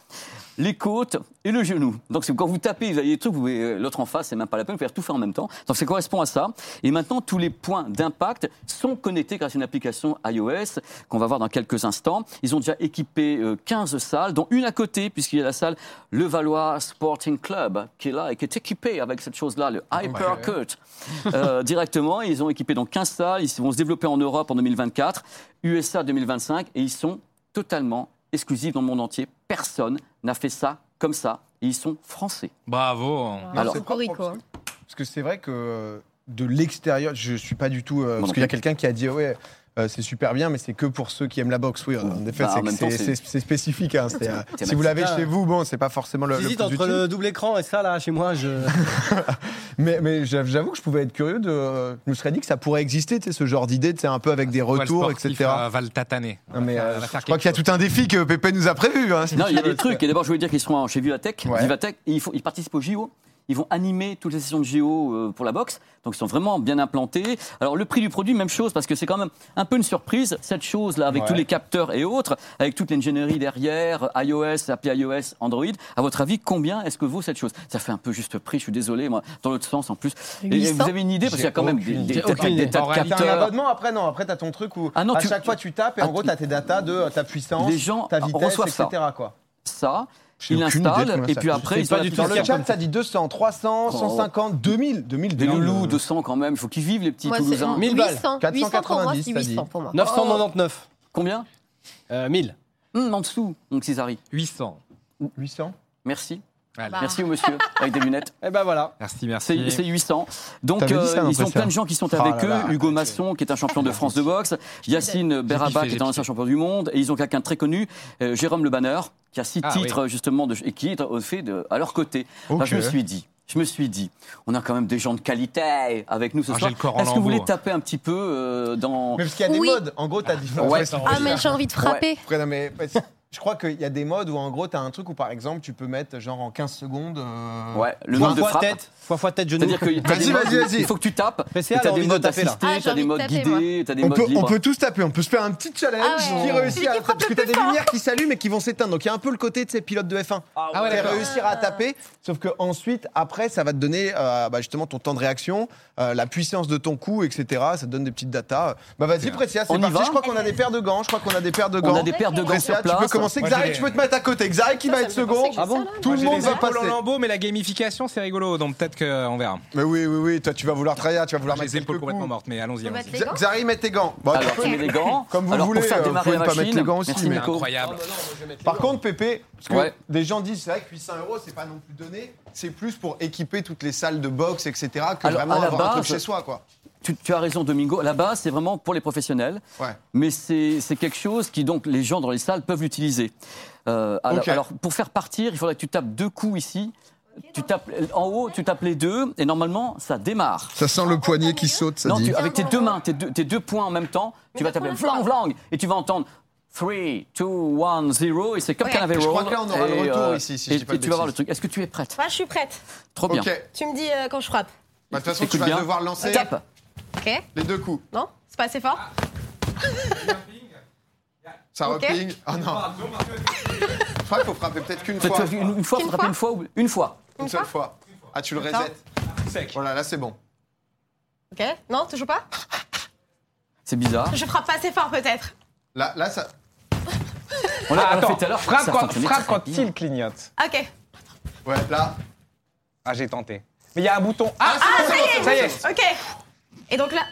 S3: les côtes et le genou. Donc c'est quand vous tapez, vous avez des trucs, vous pouvez- l'autre en face, c'est même pas la peine de faire tout faire en même temps. Donc ça correspond à ça. Et maintenant, tous les points d'impact sont connectés grâce à une application iOS qu'on va voir dans quelques instants. Ils ont déjà équipé euh, 15 salles, dont une à côté, puisqu'il y a la salle Le Valois Sporting Club, qui est là et qui est équipée avec cette chose-là, le Hypercut. Euh, directement, ils ont équipé donc 15 salles, ils vont se développer en Europe en 2024, USA 2025, et ils sont totalement exclusifs dans le monde entier. Personne n'a fait ça comme ça. Et ils sont français.
S5: Bravo.
S1: Non,
S3: Alors-
S1: c'est propre,
S2: Cocorico,
S1: parce
S2: hein.
S1: que- Parce que c'est vrai que euh, de l'extérieur, je suis pas du tout. euh,
S3: non
S1: parce qu'il y a
S3: plus.
S1: quelqu'un qui a dit ouais. euh, c'est super bien, mais c'est que pour ceux qui aiment la boxe. Oui, en effet,
S3: Bah, en
S1: c'est que
S3: même temps,
S1: c'est-
S3: c'est-
S1: c'est c'est spécifique. hein, c'est, euh,
S3: thématique.
S1: si vous l'avez
S4: Ah.
S1: chez vous, bon, c'est pas forcément le, le
S4: J'hésite
S1: plus
S4: entre
S1: utile.
S4: le double écran et ça, là, chez moi, je.
S1: Mais, mais j'av- j'avoue que je pouvais être curieux de. euh, Je me serais dit que ça pourrait exister, tu sais, ce genre d'idée, tu sais, un peu
S5: Ah,
S1: avec des retours,
S5: Voile sportif,
S1: etc.
S5: euh, va le tataner.
S1: Non, mais,
S5: va
S1: euh, je
S5: faire- va faire
S1: crois
S5: quelque
S1: qu'il y a tout un défi que Pépé nous a prévu. hein, si
S3: Non,
S1: tu
S3: il y a
S1: veux.
S3: des trucs. Et d'abord, je voulais dire qu'ils seront chez Vivatech.
S1: Ouais.
S3: Vivatech, et ils, font- ils participent au JO. Ils vont animer toutes les sessions de JO euh, pour la boxe. Donc, ils sont vraiment bien implantés. Alors, le prix du produit, même chose, parce que c'est quand même un peu une surprise. Cette chose-là, avec
S1: Ouais.
S3: tous les capteurs et autres, avec toute l'ingénierie derrière, euh, iOS, appli iOS, Android, à votre avis, combien est-ce que vaut cette chose Ça fait un peu juste prix, je suis désolé, moi, dans l'autre sens en plus. Et
S2: 800.
S3: vous avez une idée, parce qu'il y a quand même des,
S1: aucune
S3: des-
S4: idée.
S3: des- des- des tas de
S5: Aucune idée.
S1: T'as un
S3: capteurs.
S1: abonnement après, non, après t'as ton truc où
S3: Euh, Ah non,
S1: à
S3: tu-
S1: chaque fois tu tapes et en
S3: Ah,
S1: gros
S3: tu-
S1: t'as tes datas de euh, ta puissance,
S3: Les gens,
S1: ta
S3: ah,
S1: vitesse,
S3: reçoivent
S1: etc.
S3: ça.
S1: Quoi.
S3: Ça,
S1: J'ai
S3: ils
S1: aucune idée de
S3: l'installent,
S1: combien
S3: et
S1: ça
S3: puis
S1: coûte.
S3: après,
S4: Je sais
S3: ils ont
S4: pas du tout
S1: Dans le
S3: l'application.
S1: chat, ça dit 200, 300,
S3: Oh.
S1: 150, 2000, 2000.
S3: Des
S1: Non,
S3: loulous,
S1: euh,
S3: 200 quand même, il faut qu'ils vivent les petits
S2: Moi, c'est
S3: Toulousains.
S4: 1000 balles.
S2: 800. 800 pour moi,
S1: 490,
S2: c'est
S1: t'as dit.
S2: 800 pour moi.
S4: 999.
S3: Combien
S1: Oh.
S4: Euh, 1000.
S3: Hum, En dessous, donc Césari.
S5: 800.
S1: 800.
S3: Merci.
S5: Allez.
S2: Bah.
S3: Merci au monsieur avec des lunettes.
S4: Et ben voilà.
S5: Merci, merci.
S3: C'est c'est 800. Donc euh,
S1: T'avais dit ça, non,
S3: ils ont
S1: Priscilla
S3: plein de gens qui sont
S1: Oh
S3: avec
S1: là là,
S3: eux. Hugo Masson qui est un champion de France de boxe, Yacine Beraba
S5: kiffé,
S3: qui est
S5: j'ai
S3: un ancien champion du monde, et ils ont quelqu'un de très connu, euh, Jérôme Le Banner, qui a six
S5: Ah,
S3: titres justement de- et qui est au fait de, à leur côté.
S1: Ok.
S3: Alors, je me suis dit. Je me suis dit, on a quand même des gens de qualité avec nous ce
S5: Ah,
S3: soir.
S5: j'ai le corps en
S3: Est-ce que vous
S5: lambeaux.
S3: voulez taper un petit peu euh, dans
S1: Mais parce qu'il y a des
S2: Oui.
S1: modes. En gros, t'as dit.
S3: Ouais.
S2: Ah, mais j'ai envie de frapper.
S1: Après, non, mais, parce- je crois qu'il y a des modes où en gros t'as un truc où par exemple tu peux mettre genre en 15 secondes. euh,
S3: ouais le
S4: Fois
S3: nombre de
S4: fois
S3: frappes
S4: tête, fois fois tête, genou.
S3: C'est-à-dire que t'as
S1: Vas-y,
S3: des modes-
S1: vas-y, vas-y.
S3: il faut que tu tapes.
S4: Mais c'est
S3: et
S4: elle,
S3: T'as
S4: envie
S3: des
S4: de
S3: modes
S4: taper, là.
S3: assistés,
S2: Ah, j'ai
S3: t'as
S2: envie
S3: des
S2: de
S3: modes
S2: taper,
S3: guidés, t'as des
S1: On
S3: modes
S1: peut, on
S3: libres.
S1: peut tous taper, on peut se faire un petit challenge
S2: Ah ouais.
S1: qui réussit
S2: Celui
S1: à
S2: qui frappe
S1: parce que
S2: le
S1: t'as
S2: plus
S1: des lumières qui s'allument et qui vont s'éteindre. Donc il y a un peu le côté de ces pilotes de F1.
S5: Ah ouais,
S1: T'es
S5: d'accord.
S1: réussir à taper, sauf que ensuite, après, ça va te donner euh, bah, justement ton temps de réaction, euh, la puissance de ton coup, etc. Ça te donne des petites datas. Bah vas-y, Précia,
S3: On
S1: c'est
S3: y
S1: parti.
S3: va
S1: Je crois qu'on a des paires de gants. Je crois qu'on a des paires de
S3: On
S1: gants.
S3: a des paires de gants
S1: Précia,
S3: sur
S1: tu peux
S3: place. Ah,
S1: commencer.
S5: Moi,
S1: Xari,
S5: j'ai
S1: tu peux te mettre à côté. Xari qui
S2: Ça,
S1: va
S2: ça
S1: être
S2: me fait penser
S1: second.
S2: que j'ai ça, là.
S1: Tout le monde va
S5: en
S1: passer.
S5: lambeau, mais la gamification, c'est rigolo, donc peut-être qu'on verra.
S1: Mais oui, oui, oui. Toi, tu vas vouloir trahir, tu vas vouloir
S5: J'ai
S1: mettre
S5: les épaules
S1: quelques coups.
S5: complètement mortes, mais allons-y.
S2: On va
S5: allons-y.
S2: te les-
S1: Xa- Xari, mets tes gants. Bon, tu
S3: Alors,
S1: peux-
S3: tu mets les gants.
S1: Comme vous
S3: Alors,
S1: voulez,
S3: Pour faire
S1: euh,
S3: démarrer
S1: vous
S3: la
S1: pouvez pas
S3: machine.
S1: mettre les gants aussi,
S3: Merci,
S1: mais-
S3: Nico.
S5: Incroyable.
S3: bah,
S1: Par contre, Pépé, parce que
S3: Ouais.
S1: des gens disent c'est vrai que 800 euros, c'est pas non plus donné. C'est plus pour équiper toutes les salles de boxe, etc. que
S3: Alors,
S1: vraiment
S3: à la
S1: avoir un truc
S3: base-
S1: chez soi, quoi.
S3: Tu, tu as raison, Domingo. Là-bas, c'est vraiment pour les professionnels.
S1: Ouais.
S3: Mais c'est c'est quelque chose qui, donc, les gens dans les salles peuvent l'utiliser. Euh, alors,
S1: Ok.
S3: alors, pour faire partir, il faudrait que tu tapes deux coups ici. Tu tapes, en haut, tu tapes les deux, et normalement, ça démarre.
S1: Ça sent le poignet qui saute, ça
S3: non, tu- avec tes deux mains, tes deux, tes deux points en même temps, tu vas taper vlang, vlang, et tu vas entendre 3, 2, 1, 0, et c'est comme
S2: Ouais.
S3: Canaveral.
S1: Je crois que là, on aura le
S3: Et, euh,
S1: retour ici, si je
S3: et,
S1: dis pas de
S3: et tu vas voir
S1: bêtises.
S3: le truc. Est-ce que tu es prête
S2: Moi, je suis prête.
S3: Trop
S1: Ok.
S3: bien.
S1: Bah, De
S2: Tu me dis euh, quand je frappe.
S1: toute façon, tu
S3: Écoute
S1: vas
S3: bien.
S1: devoir lancer
S3: Tape
S2: Ok
S1: les deux coups.
S2: Non C'est pas assez fort
S1: Ça
S2: Ok.
S1: reping. Ah non. Je crois qu'il faut frapper peut-être qu'une fois.
S3: Peut-être Une, une fois,
S2: Une
S3: faut frapper une fois, ou- une fois.
S1: Une seule fois. Ah, tu le
S2: Attends.
S1: resets. Voilà, là, c'est bon.
S2: Ok Non, toujours pas
S3: C'est bizarre.
S2: Je frappe pas assez fort, peut-être.
S1: Là, là, ça.
S3: On
S1: Ah,
S3: l'a on l'a
S5: Ah, Attends,
S3: fait tout à l'heure.
S5: frappe
S3: Ça
S5: quand,
S3: fonctionnait
S5: frappe
S3: très
S5: quand
S3: bien.
S5: il clignote.
S2: Ok.
S1: Ouais, là.
S5: Ah, j'ai tenté. Mais il y a un bouton. Ah,
S2: Ah,
S5: c'est
S2: ça
S5: bon,
S2: y est
S5: ça y est.
S2: Ok. Et donc là.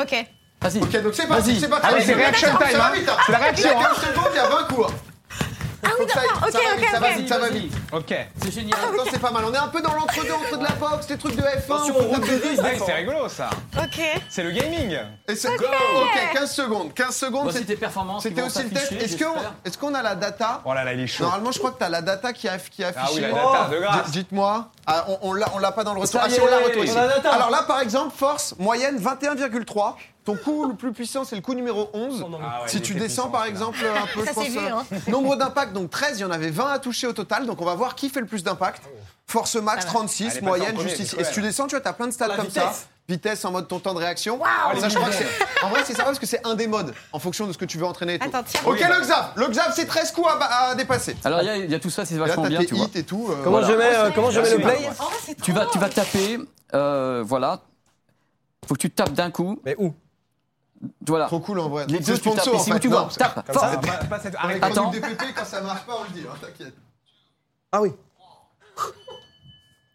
S2: Ok.
S3: Vas-y.
S1: Ok, donc c'est parti,
S3: Vas-y.
S1: c'est parti.
S5: Ah oui, c'est
S1: Mais
S5: reaction
S1: attends,
S5: time,
S1: ça va
S5: hein.
S1: vite,
S5: C'est la
S1: Il y a
S5: réaction, hein.
S1: 15 secondes, il y a 20 coups.
S2: Ah oui,
S1: Faut que ça aille-
S2: d'accord, ok,
S1: ça va
S2: ok,
S1: vite, ça va
S2: ok. Ah
S1: vite, ça va vite.
S3: Ah,
S6: Ok.
S3: C'est génial.
S1: Attends, c'est pas mal. On est un peu dans l'entre-deux, entre de la boxe, des trucs de F1.
S6: Attention,
S1: on
S6: on roule
S1: tape
S6: le
S1: des-
S6: disque.
S1: Attends.
S6: C'est rigolo ça.
S2: Ok.
S6: C'est le gaming.
S1: Et c'est- Ok, 15 secondes. 15 secondes,
S3: Voici
S1: c'est-
S3: tes performances. qui
S1: c'était
S3: vont
S1: aussi le test.
S3: s'afficher,
S1: Est-ce qu'on
S3: j'espère.
S1: est-ce qu'on a la data
S6: Oh là là, il est chaud.
S1: Normalement, je crois que t'as la data qui a, qui a
S6: Ah oui,
S1: affiché.
S6: la data, de grâce.
S1: D- Dites-moi. Ah, on on l'a on l'a pas dans le retour.
S6: Ça
S1: Ah,
S6: y
S1: si, on l'a
S6: est,
S1: retour ici.
S6: on a
S4: data.
S1: Alors là, par exemple, force, moyenne 21,3. Ton coup le plus puissant, c'est le coup numéro 11.
S6: Ah ouais,
S1: si
S6: il
S1: tu
S6: était puissant,
S1: descends par
S6: celui-là.
S1: exemple euh, un peu,
S2: Ça
S1: je pense.
S2: s'est vu,
S1: euh,
S2: hein.
S1: Nombre d'impacts, donc 13, il y en avait 20 à toucher au total, donc on va voir qui fait le plus d'impact. Force max
S2: Ça va.
S1: 36,
S6: Ah Allez,
S1: moyenne
S6: passez en
S1: juste
S6: premier,
S1: ici.
S6: c'est
S1: Et si tu
S6: cool.
S1: descends, tu vois, t'as plein de stats
S6: La
S1: comme ça.
S6: vitesse.
S1: Vitesse en mode ton temps de réaction.
S2: Waouh
S1: Ça, je crois que c'est. En vrai, c'est sympa parce que c'est un des modes en fonction de ce que tu veux entraîner. et tout.
S2: Attends, tiens.
S1: Ok,
S2: Oui, bah.
S1: le Xav. Le Xav, c'est 13 coups à, à dépasser.
S3: Alors, il y a- il y, a tout ça, c'est
S1: Là,
S3: vachement
S1: t'as
S3: bien,
S1: tes
S3: tu vois.
S1: hits et tout. euh,
S4: Comment
S3: Voilà.
S4: je mets, euh, comment je mets le play
S2: En vrai, c'est
S3: Tu
S2: trop
S3: vas, tu vas taper, euh, voilà. Faut que tu tapes d'un coup,
S4: Mais où
S3: voilà.
S1: Trop cool en vrai.
S3: Les
S1: C'est
S3: deux, tu tapes
S1: sponsor, en
S3: ici où
S1: fait.
S3: tu
S1: Non,
S3: vois. Tape,
S6: Comme
S3: fort.
S6: ça,
S5: Ah,
S6: pas- pas cette-
S1: Dans les
S6: Arrête.
S3: Attends.
S1: chroniques DPP, quand ça marche pas, on le dit, hein, t'inquiète.
S4: Ah oui.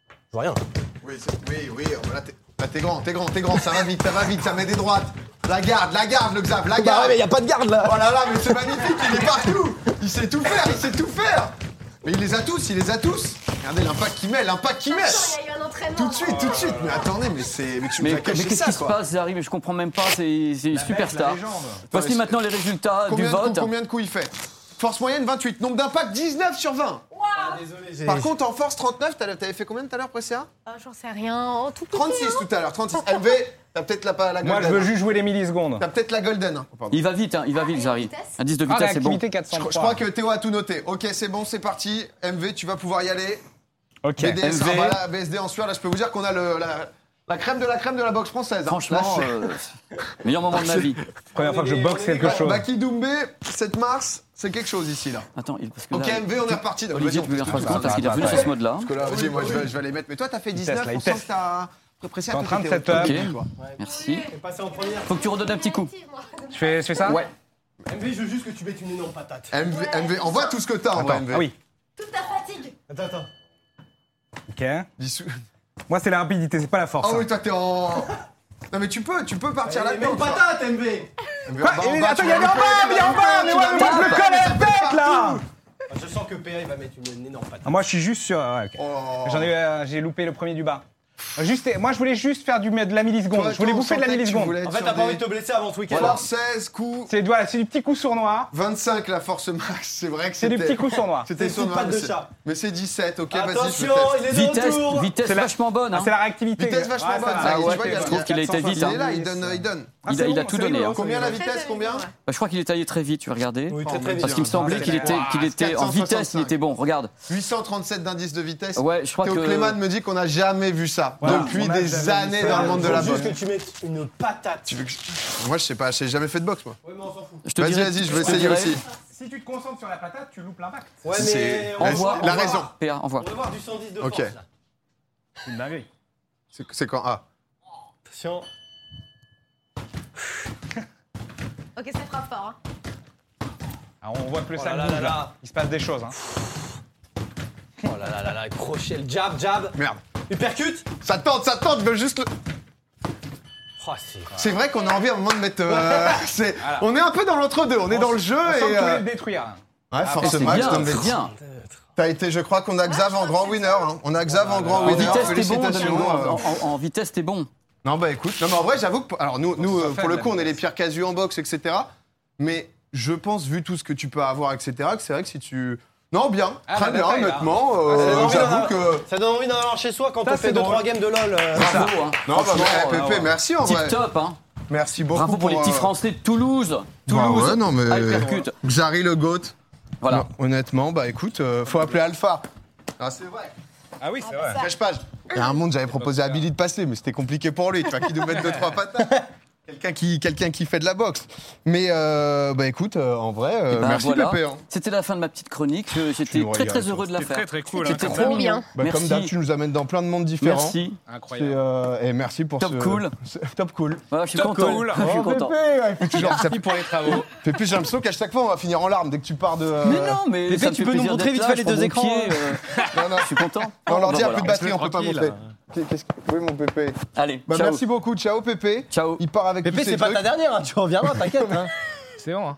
S4: Je vois rien.
S1: Oui, c'est- oui, oui, oh, là t'es là, t'es grand, t'es grand, t'es grand, ça va vite, ça va vite, ça met des droites. La garde, la garde, le Xav, la
S4: Bah ouais,
S1: garde.
S4: mais y a pas de garde là.
S1: Oh là là, mais c'est magnifique, il est partout Il sait tout faire, il sait tout faire Mais il les a tous, il les a tous Regardez l'impact qu'il met, l'impact qu'il met
S2: Attends, Il y a eu un entraînement.
S1: Tout de suite, tout de suite Mais attendez, mais c'est. Mais tu
S3: Mais,
S1: me
S3: mais
S1: as caché
S3: qu'est-ce
S1: ça,
S3: qui se
S1: quoi
S3: passe, Zari Mais je comprends même pas, c'est c'est une superstar.
S6: légende.
S1: Ouais,
S3: Voici
S1: c'est-
S3: maintenant les résultats
S1: combien,
S3: du
S1: de
S3: vote.
S1: coups, combien de coups il fait Force moyenne 28, nombre d'impact 19 sur 20
S4: Désolé,
S1: Par contre, en force 39, t'as- t'avais fait combien tout à l'heure, Pressia
S2: Ah, J'en sais rien. En tout petit,
S1: 36 tout à l'heure, 36. LV, t'as peut-être la, la
S6: Moi, je veux
S1: golden. hein.
S6: juste jouer les millisecondes.
S1: T'as peut-être la golden. hein. Oh, pardon.
S3: Il va vite, hein, il va
S2: Ah,
S3: vite,
S2: et
S3: Zari.
S2: vitesse
S3: Indice de
S6: Ah,
S3: vitesse, c'est bon.
S6: réactivité
S1: Je, crois-
S6: 403.
S1: je crois que Théo a tout noté. Ok, c'est bon, c'est parti. MV, tu vas pouvoir y aller.
S6: Ok.
S1: BDS,
S3: LV.
S1: ah, voilà, BSD en sueur, là je peux vous dire qu'on a le, la, la crème de la crème de la boxe française. hein.
S3: Franchement,
S1: Là,
S3: euh, meilleur moment de ma vie.
S6: Première fois que je boxe
S1: c'est-
S6: quelque
S1: Ba-
S6: chose.
S1: Baki Doumbé, 7 mars, c'est quelque chose ici là.
S3: Attends, il- parce que
S1: Ok,
S3: là,
S1: MV, on est reparti. Donc, vas-y,
S3: Olivier,
S1: on
S3: tu
S1: fait
S3: peux lui en
S1: tout,
S3: 30
S1: tout,
S3: secondes
S1: tout,
S3: parce qu'il a
S1: tout,
S3: venu
S1: tout,
S3: sur ce mode-là.
S1: Parce que là, vas-y, moi je vais, je vais aller mettre. Mais toi, t'as fait
S6: teste,
S1: 19,
S6: là,
S1: on
S6: il
S1: sent
S6: teste.
S1: que t'as. Pressé
S6: T'es en train de setup.
S3: Merci.
S4: est passé en première.
S3: Faut que tu redonnes un petit coup.
S5: Je fais, je fais ça
S3: Ouais.
S4: MV, je veux juste que tu mettes une énorme patate.
S1: MV, MV, envoie tout ce que t'as en vrai,
S5: Attends.
S1: MV.
S6: Ah oui.
S2: Toute ta fatigue.
S4: Attends, attends.
S6: Ok.
S1: Dissous-
S6: Moi, c'est la rapidité, c'est pas la force.
S1: Ah
S6: hein.
S1: oui, toi t'es en. Non mais tu peux, tu peux partir
S4: Mais
S1: là-dedans.
S4: Eh, une
S1: toi.
S4: patate, MV
S1: Mais en
S6: Quoi
S1: bas, en
S6: Il est-
S1: bas,
S6: Attends,
S1: tu
S6: il y a
S1: vas
S6: des en
S1: le faire,
S6: bas, il y a en
S1: tu vas
S6: bas,
S1: le
S6: mais ouais,
S1: faire, tu
S6: mais moi,
S1: vas
S6: je
S1: le
S6: le
S1: faire.
S6: connais la tête, là
S4: Ah, Je sens que PA, il va mettre une, énorme patate.
S6: Ah, Moi, je suis juste sur. ouais, ok.
S1: Oh.
S6: J'en ai, euh, j'ai loupé le premier du bas. Euh, Juste, moi, je voulais juste faire du, de la milliseconde.
S1: Toi,
S6: je voulais
S1: toi, on
S6: bouffer de la
S1: sentait que tu voulais
S6: milliseconde.
S1: être
S4: En fait,
S1: sur
S4: t'as pas
S1: des-
S4: envie de te blesser avant ce week-end.
S1: Voilà. 16 coups,
S6: C'est voilà, c'est du petit coup sournois.
S1: 25 la force max, c'est vrai que
S6: C'est
S1: c'était...
S6: du petit coup sournois.
S1: C'était
S4: C'est une
S1: sournois,
S4: patte
S1: mais
S4: de
S1: c'est-
S4: chat.
S1: Mais c'est 17, ok, vas-y, je
S4: Attention,
S1: teste.
S4: il est de
S3: Vitesse,
S4: retour
S3: vitesse
S6: C'est la-
S3: vachement bonne.
S6: Ah,
S3: hein.
S6: c'est la réactivité.
S1: Vitesse vachement
S6: Ah, ça
S1: bonne,
S6: va.
S1: ça,
S6: Ah,
S1: tu
S6: ouais,
S1: vois, il
S6: c'est
S1: a-
S6: bon.
S3: je trouve qu'il a été vite,
S1: Il est
S3: hein.
S1: là, il donne, il donne.
S6: Ah,
S3: Il
S6: c'est
S3: a- il a
S6: bon,
S3: tout
S6: c'est
S3: donné,
S6: rigolo,
S3: hein.
S6: c'est
S1: Combien la
S6: rigolo.
S1: vitesse, combien
S3: Bah, je crois qu'il était à très vite, tu vas regarder.
S4: Oui, très très vite.
S3: Parce qu'il me semblait qu'il était, qu'il était en vitesse, il
S1: 465.
S3: était bon. Regarde.
S1: 837 d'indice de vitesse.
S3: Ouais, je crois
S1: Théo
S3: que.
S1: Clément me dit qu'on n'a jamais vu ça
S6: Voilà,
S1: depuis
S6: on a
S1: des
S6: jamais
S1: années
S6: vu ça.
S1: dans le monde de
S4: Faut
S1: la
S4: juste
S1: boxe.
S4: que tu mettes une patate.
S1: Tu veux que je- Moi, je sais pas, j'ai jamais fait de boxe, moi.
S4: Ouais, mais on s'en fout.
S3: Je te
S1: Vas-y,
S3: dirais-
S1: vas-y, je vais
S3: te
S1: essayer
S3: dirais-
S1: aussi.
S6: Si tu te concentres sur la patate, tu loupes l'impact.
S4: Ouais,
S1: C'est-
S4: mais on
S1: La-
S4: va
S3: Envoie.
S1: la
S4: voir, on va
S1: raison.
S4: voir.
S3: envoie. PA, envoie.
S4: On va voir du 110 de
S1: Ok.
S4: force. là.
S6: C'est une dinguerie.
S1: C'est- C'est quand Ah,
S4: Attention.
S2: Ok, ça frappe fort. hein.
S6: Ah, on voit que le
S4: Oh
S6: sac
S4: là
S6: bouge,
S4: là
S6: là.
S4: là.
S6: Il se passe des choses. Hein.
S4: Oh là là là là, crochet, le jab, jab.
S1: merde.
S4: Il percute
S1: Ça tente, ça tente, je veux juste le...
S4: Oh, c'est.
S1: C'est vrai qu'on a envie à un moment de mettre. euh, c'est- On est un peu dans l'entre-deux, on est dans le jeu
S6: On sent que
S1: et.
S6: tu voulais
S1: euh,
S6: le détruire.
S1: Ouais,
S3: Eh,
S1: force
S3: C'est
S1: max,
S3: bien,
S1: donne des-
S3: c'est bien.
S1: T'as été, je crois qu'on a Xav en grand winner. hein. On a Xav en grand
S3: En
S1: winner.
S3: Ah, bah, vitesse, t'es bon.
S1: Félicitations.
S3: Domingo.
S1: euh.
S3: En- en- En vitesse, t'es bon.
S1: Non, bah écoute, non, mais en vrai, j'avoue que. Alors, nous, nous
S6: c'est pas
S1: euh, pour
S6: faible,
S1: le
S6: la
S1: coup, on est les
S6: vitesse.
S1: pires casus en boxe, etc. Mais je pense, vu tout ce que tu peux avoir, etc., que c'est vrai que si tu. Non, bien,
S6: Ah,
S1: très
S6: la
S1: bien,
S6: bataille, là.
S1: honnêtement. euh,
S4: c'est vraiment
S1: j'avoue
S4: bien,
S1: que.
S4: Ça donne envie d'en avoir chez soi quand
S6: Ça,
S4: on fait
S6: c'est
S4: 2-3
S6: drôle.
S4: games de LoL. euh.
S3: Bravo. hein.
S1: Non, bah,
S3: Franchement,
S1: mais, eh,
S3: euh,
S1: Pépé, merci en
S3: Tip
S1: vrai.
S3: top, hein.
S1: Merci beaucoup.
S3: Bravo pour les petits Ah,
S1: euh,
S3: Français de Toulouse.
S1: bah
S3: Toulouse.
S1: ouais, non, mais.
S3: Hypercute.
S1: Xari le GOAT.
S3: euh, Voilà.
S1: Non, honnêtement, bah écoute, euh, faut appeler Alpha. Ah, c'est vrai.
S6: Ah
S5: bah
S6: oui, c'est vrai.
S1: Cache page. Il y a un monde, j'avais proposé à Billy de passer, mais c'était compliqué pour lui. Tu vois, qui nous mettre deux, trois patates. Quelqu'un qui, quelqu'un qui fait de la boxe. Mais euh, bah écoute, euh, en vrai, euh,
S3: Eh ben,
S1: merci
S3: voilà.
S1: Pépé. hein.
S3: C'était la fin de ma petite chronique. Je- J'étais
S1: nous
S3: très
S1: régales,
S3: très heureux de la
S5: C'était
S3: faire.
S5: très très cool. hein,
S3: C'était
S5: comme
S3: très
S5: ça.
S2: mignon.
S3: mignon.
S1: Bah, Comme d'hab, tu
S3: Merci.
S1: nous amènes dans plein de mondes différents.
S3: Merci.
S1: C'est,
S5: Incroyable.
S1: euh, et merci pour
S3: Top
S1: ce...
S3: cool.
S1: ce- Top cool.
S3: Voilà, je suis
S5: Top
S3: content.
S5: cool.
S3: Je suis
S1: Oh,
S3: content.
S1: Pépé, ouais, il fait toujours- ça
S6: euh,
S1: fait-
S5: pour les travaux.
S1: fait plus j'ai l'impression qu'à chaque fois on va finir en larmes dès que tu pars de. euh,
S3: Mais non, mais
S4: Pépé,
S3: ça me
S4: tu
S3: fait
S4: peux nous
S3: plaisir
S4: montrer
S3: d'être
S4: vite
S3: là,
S4: fait
S3: je
S4: les
S3: prends
S4: deux
S3: mon
S4: écrans,
S3: pied,
S4: hein.
S3: euh,
S1: non, non.
S3: Je suis content.
S1: Non,
S3: Bah,
S1: l'ordi a
S3: voilà.
S1: plus de batterie, on peut pas
S5: Laisse-le
S1: montrer.
S5: tranquille.
S1: Qu'est-ce que- Oui, mon Pépé.
S3: Allez,
S1: Bah,
S3: ciao.
S1: merci beaucoup, ciao Pépé.
S3: Ciao.
S1: Il part avec tous
S4: Pépé,
S1: ses
S4: c'est pas
S1: trucs.
S4: ta dernière, hein, tu reviendras, t'inquiète. hein.
S5: C'est bon. hein.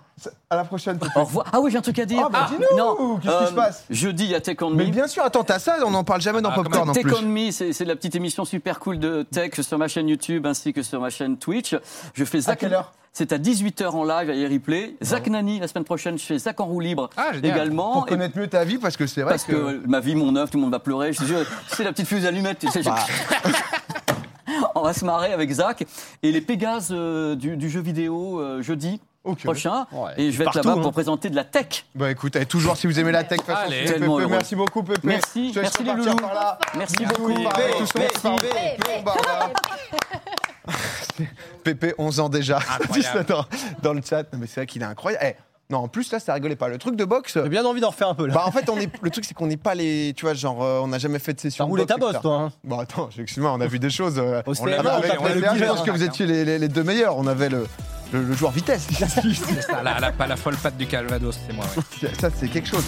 S1: À la prochaine. Poupée.
S3: Au revoir. Ah oui, j'ai un truc à dire.
S1: Ah, bah,
S3: Ah,
S1: dis-nous,
S3: non,
S1: qu'est-ce qui se passe
S3: Jeudi, il y a Tech on
S1: Mais
S3: Me.
S1: bien sûr, attends, t'as ça, on n'en parle jamais dans
S5: Ah,
S1: Popcorn non
S3: Tech
S1: plus.
S3: on Me, c'est c'est la petite émission super cool de tech sur ma chaîne YouTube ainsi que sur ma chaîne Twitch. Je fais Zach.
S1: quelle heure Ah.
S3: C'est à 18h en live à replay. Zach Nani la semaine prochaine chez Zach en roue libre
S5: Ah, génial.
S3: également.
S1: Pour
S3: Et
S1: connaître mieux ta vie, parce que c'est vrai
S3: parce que... ma vie, mon œuvre, tout le monde va pleurer. Je te jure, c'est la petite fuse allumette. tu sais, je-
S1: Bah.
S3: On va se marrer avec Zach et les Pégases euh, du, du jeu vidéo euh, jeudi
S1: Ok.
S3: prochain.
S1: Ouais.
S3: Et je vais
S5: Partout,
S3: être là-bas
S5: hein.
S3: pour présenter de la tech.
S1: Bah écoute, eh, toujours si vous aimez la tech, de toute façon,
S5: Allez.
S1: c'est
S3: Tellement
S1: Pépé.
S3: heureux.
S1: merci beaucoup Pépé.
S3: Merci,
S1: Je te laisse
S3: merci les
S1: repartir
S3: loulous.
S1: par là.
S3: Merci
S1: Merci.
S3: beaucoup.
S1: Parvé, tous sont parvés, Pépé, Barda. Pépé, 11 ans déjà.
S5: Incroyable.
S1: dans, dans le chat. Non, mais c'est vrai qu'il est incroyable. Eh, non, en plus là, ça rigolait pas. Le truc de boxe.
S4: J'ai bien envie d'en refaire un peu là.
S1: Bah en fait, on est, le truc c'est qu'on n'est pas les, tu vois, genre euh, on n'a jamais fait de
S4: T'as
S1: session. de
S4: roulé
S1: boxe,
S4: ta bosse
S1: etc.
S4: toi. hein.
S1: Bon attends, excuse-moi, on a vu des choses. euh,
S4: Au
S1: on l'a
S4: CM1, on
S1: avec-
S4: tapait
S1: on
S4: le
S1: l'a- Je
S4: dealer.
S1: pense que vous étiez les, les- les deux meilleurs. On avait le, le- le joueur vitesse.
S5: Ah, la, la- pas la folle patte du Calvados, c'est moi. ouais.
S1: Ça c'est quelque chose.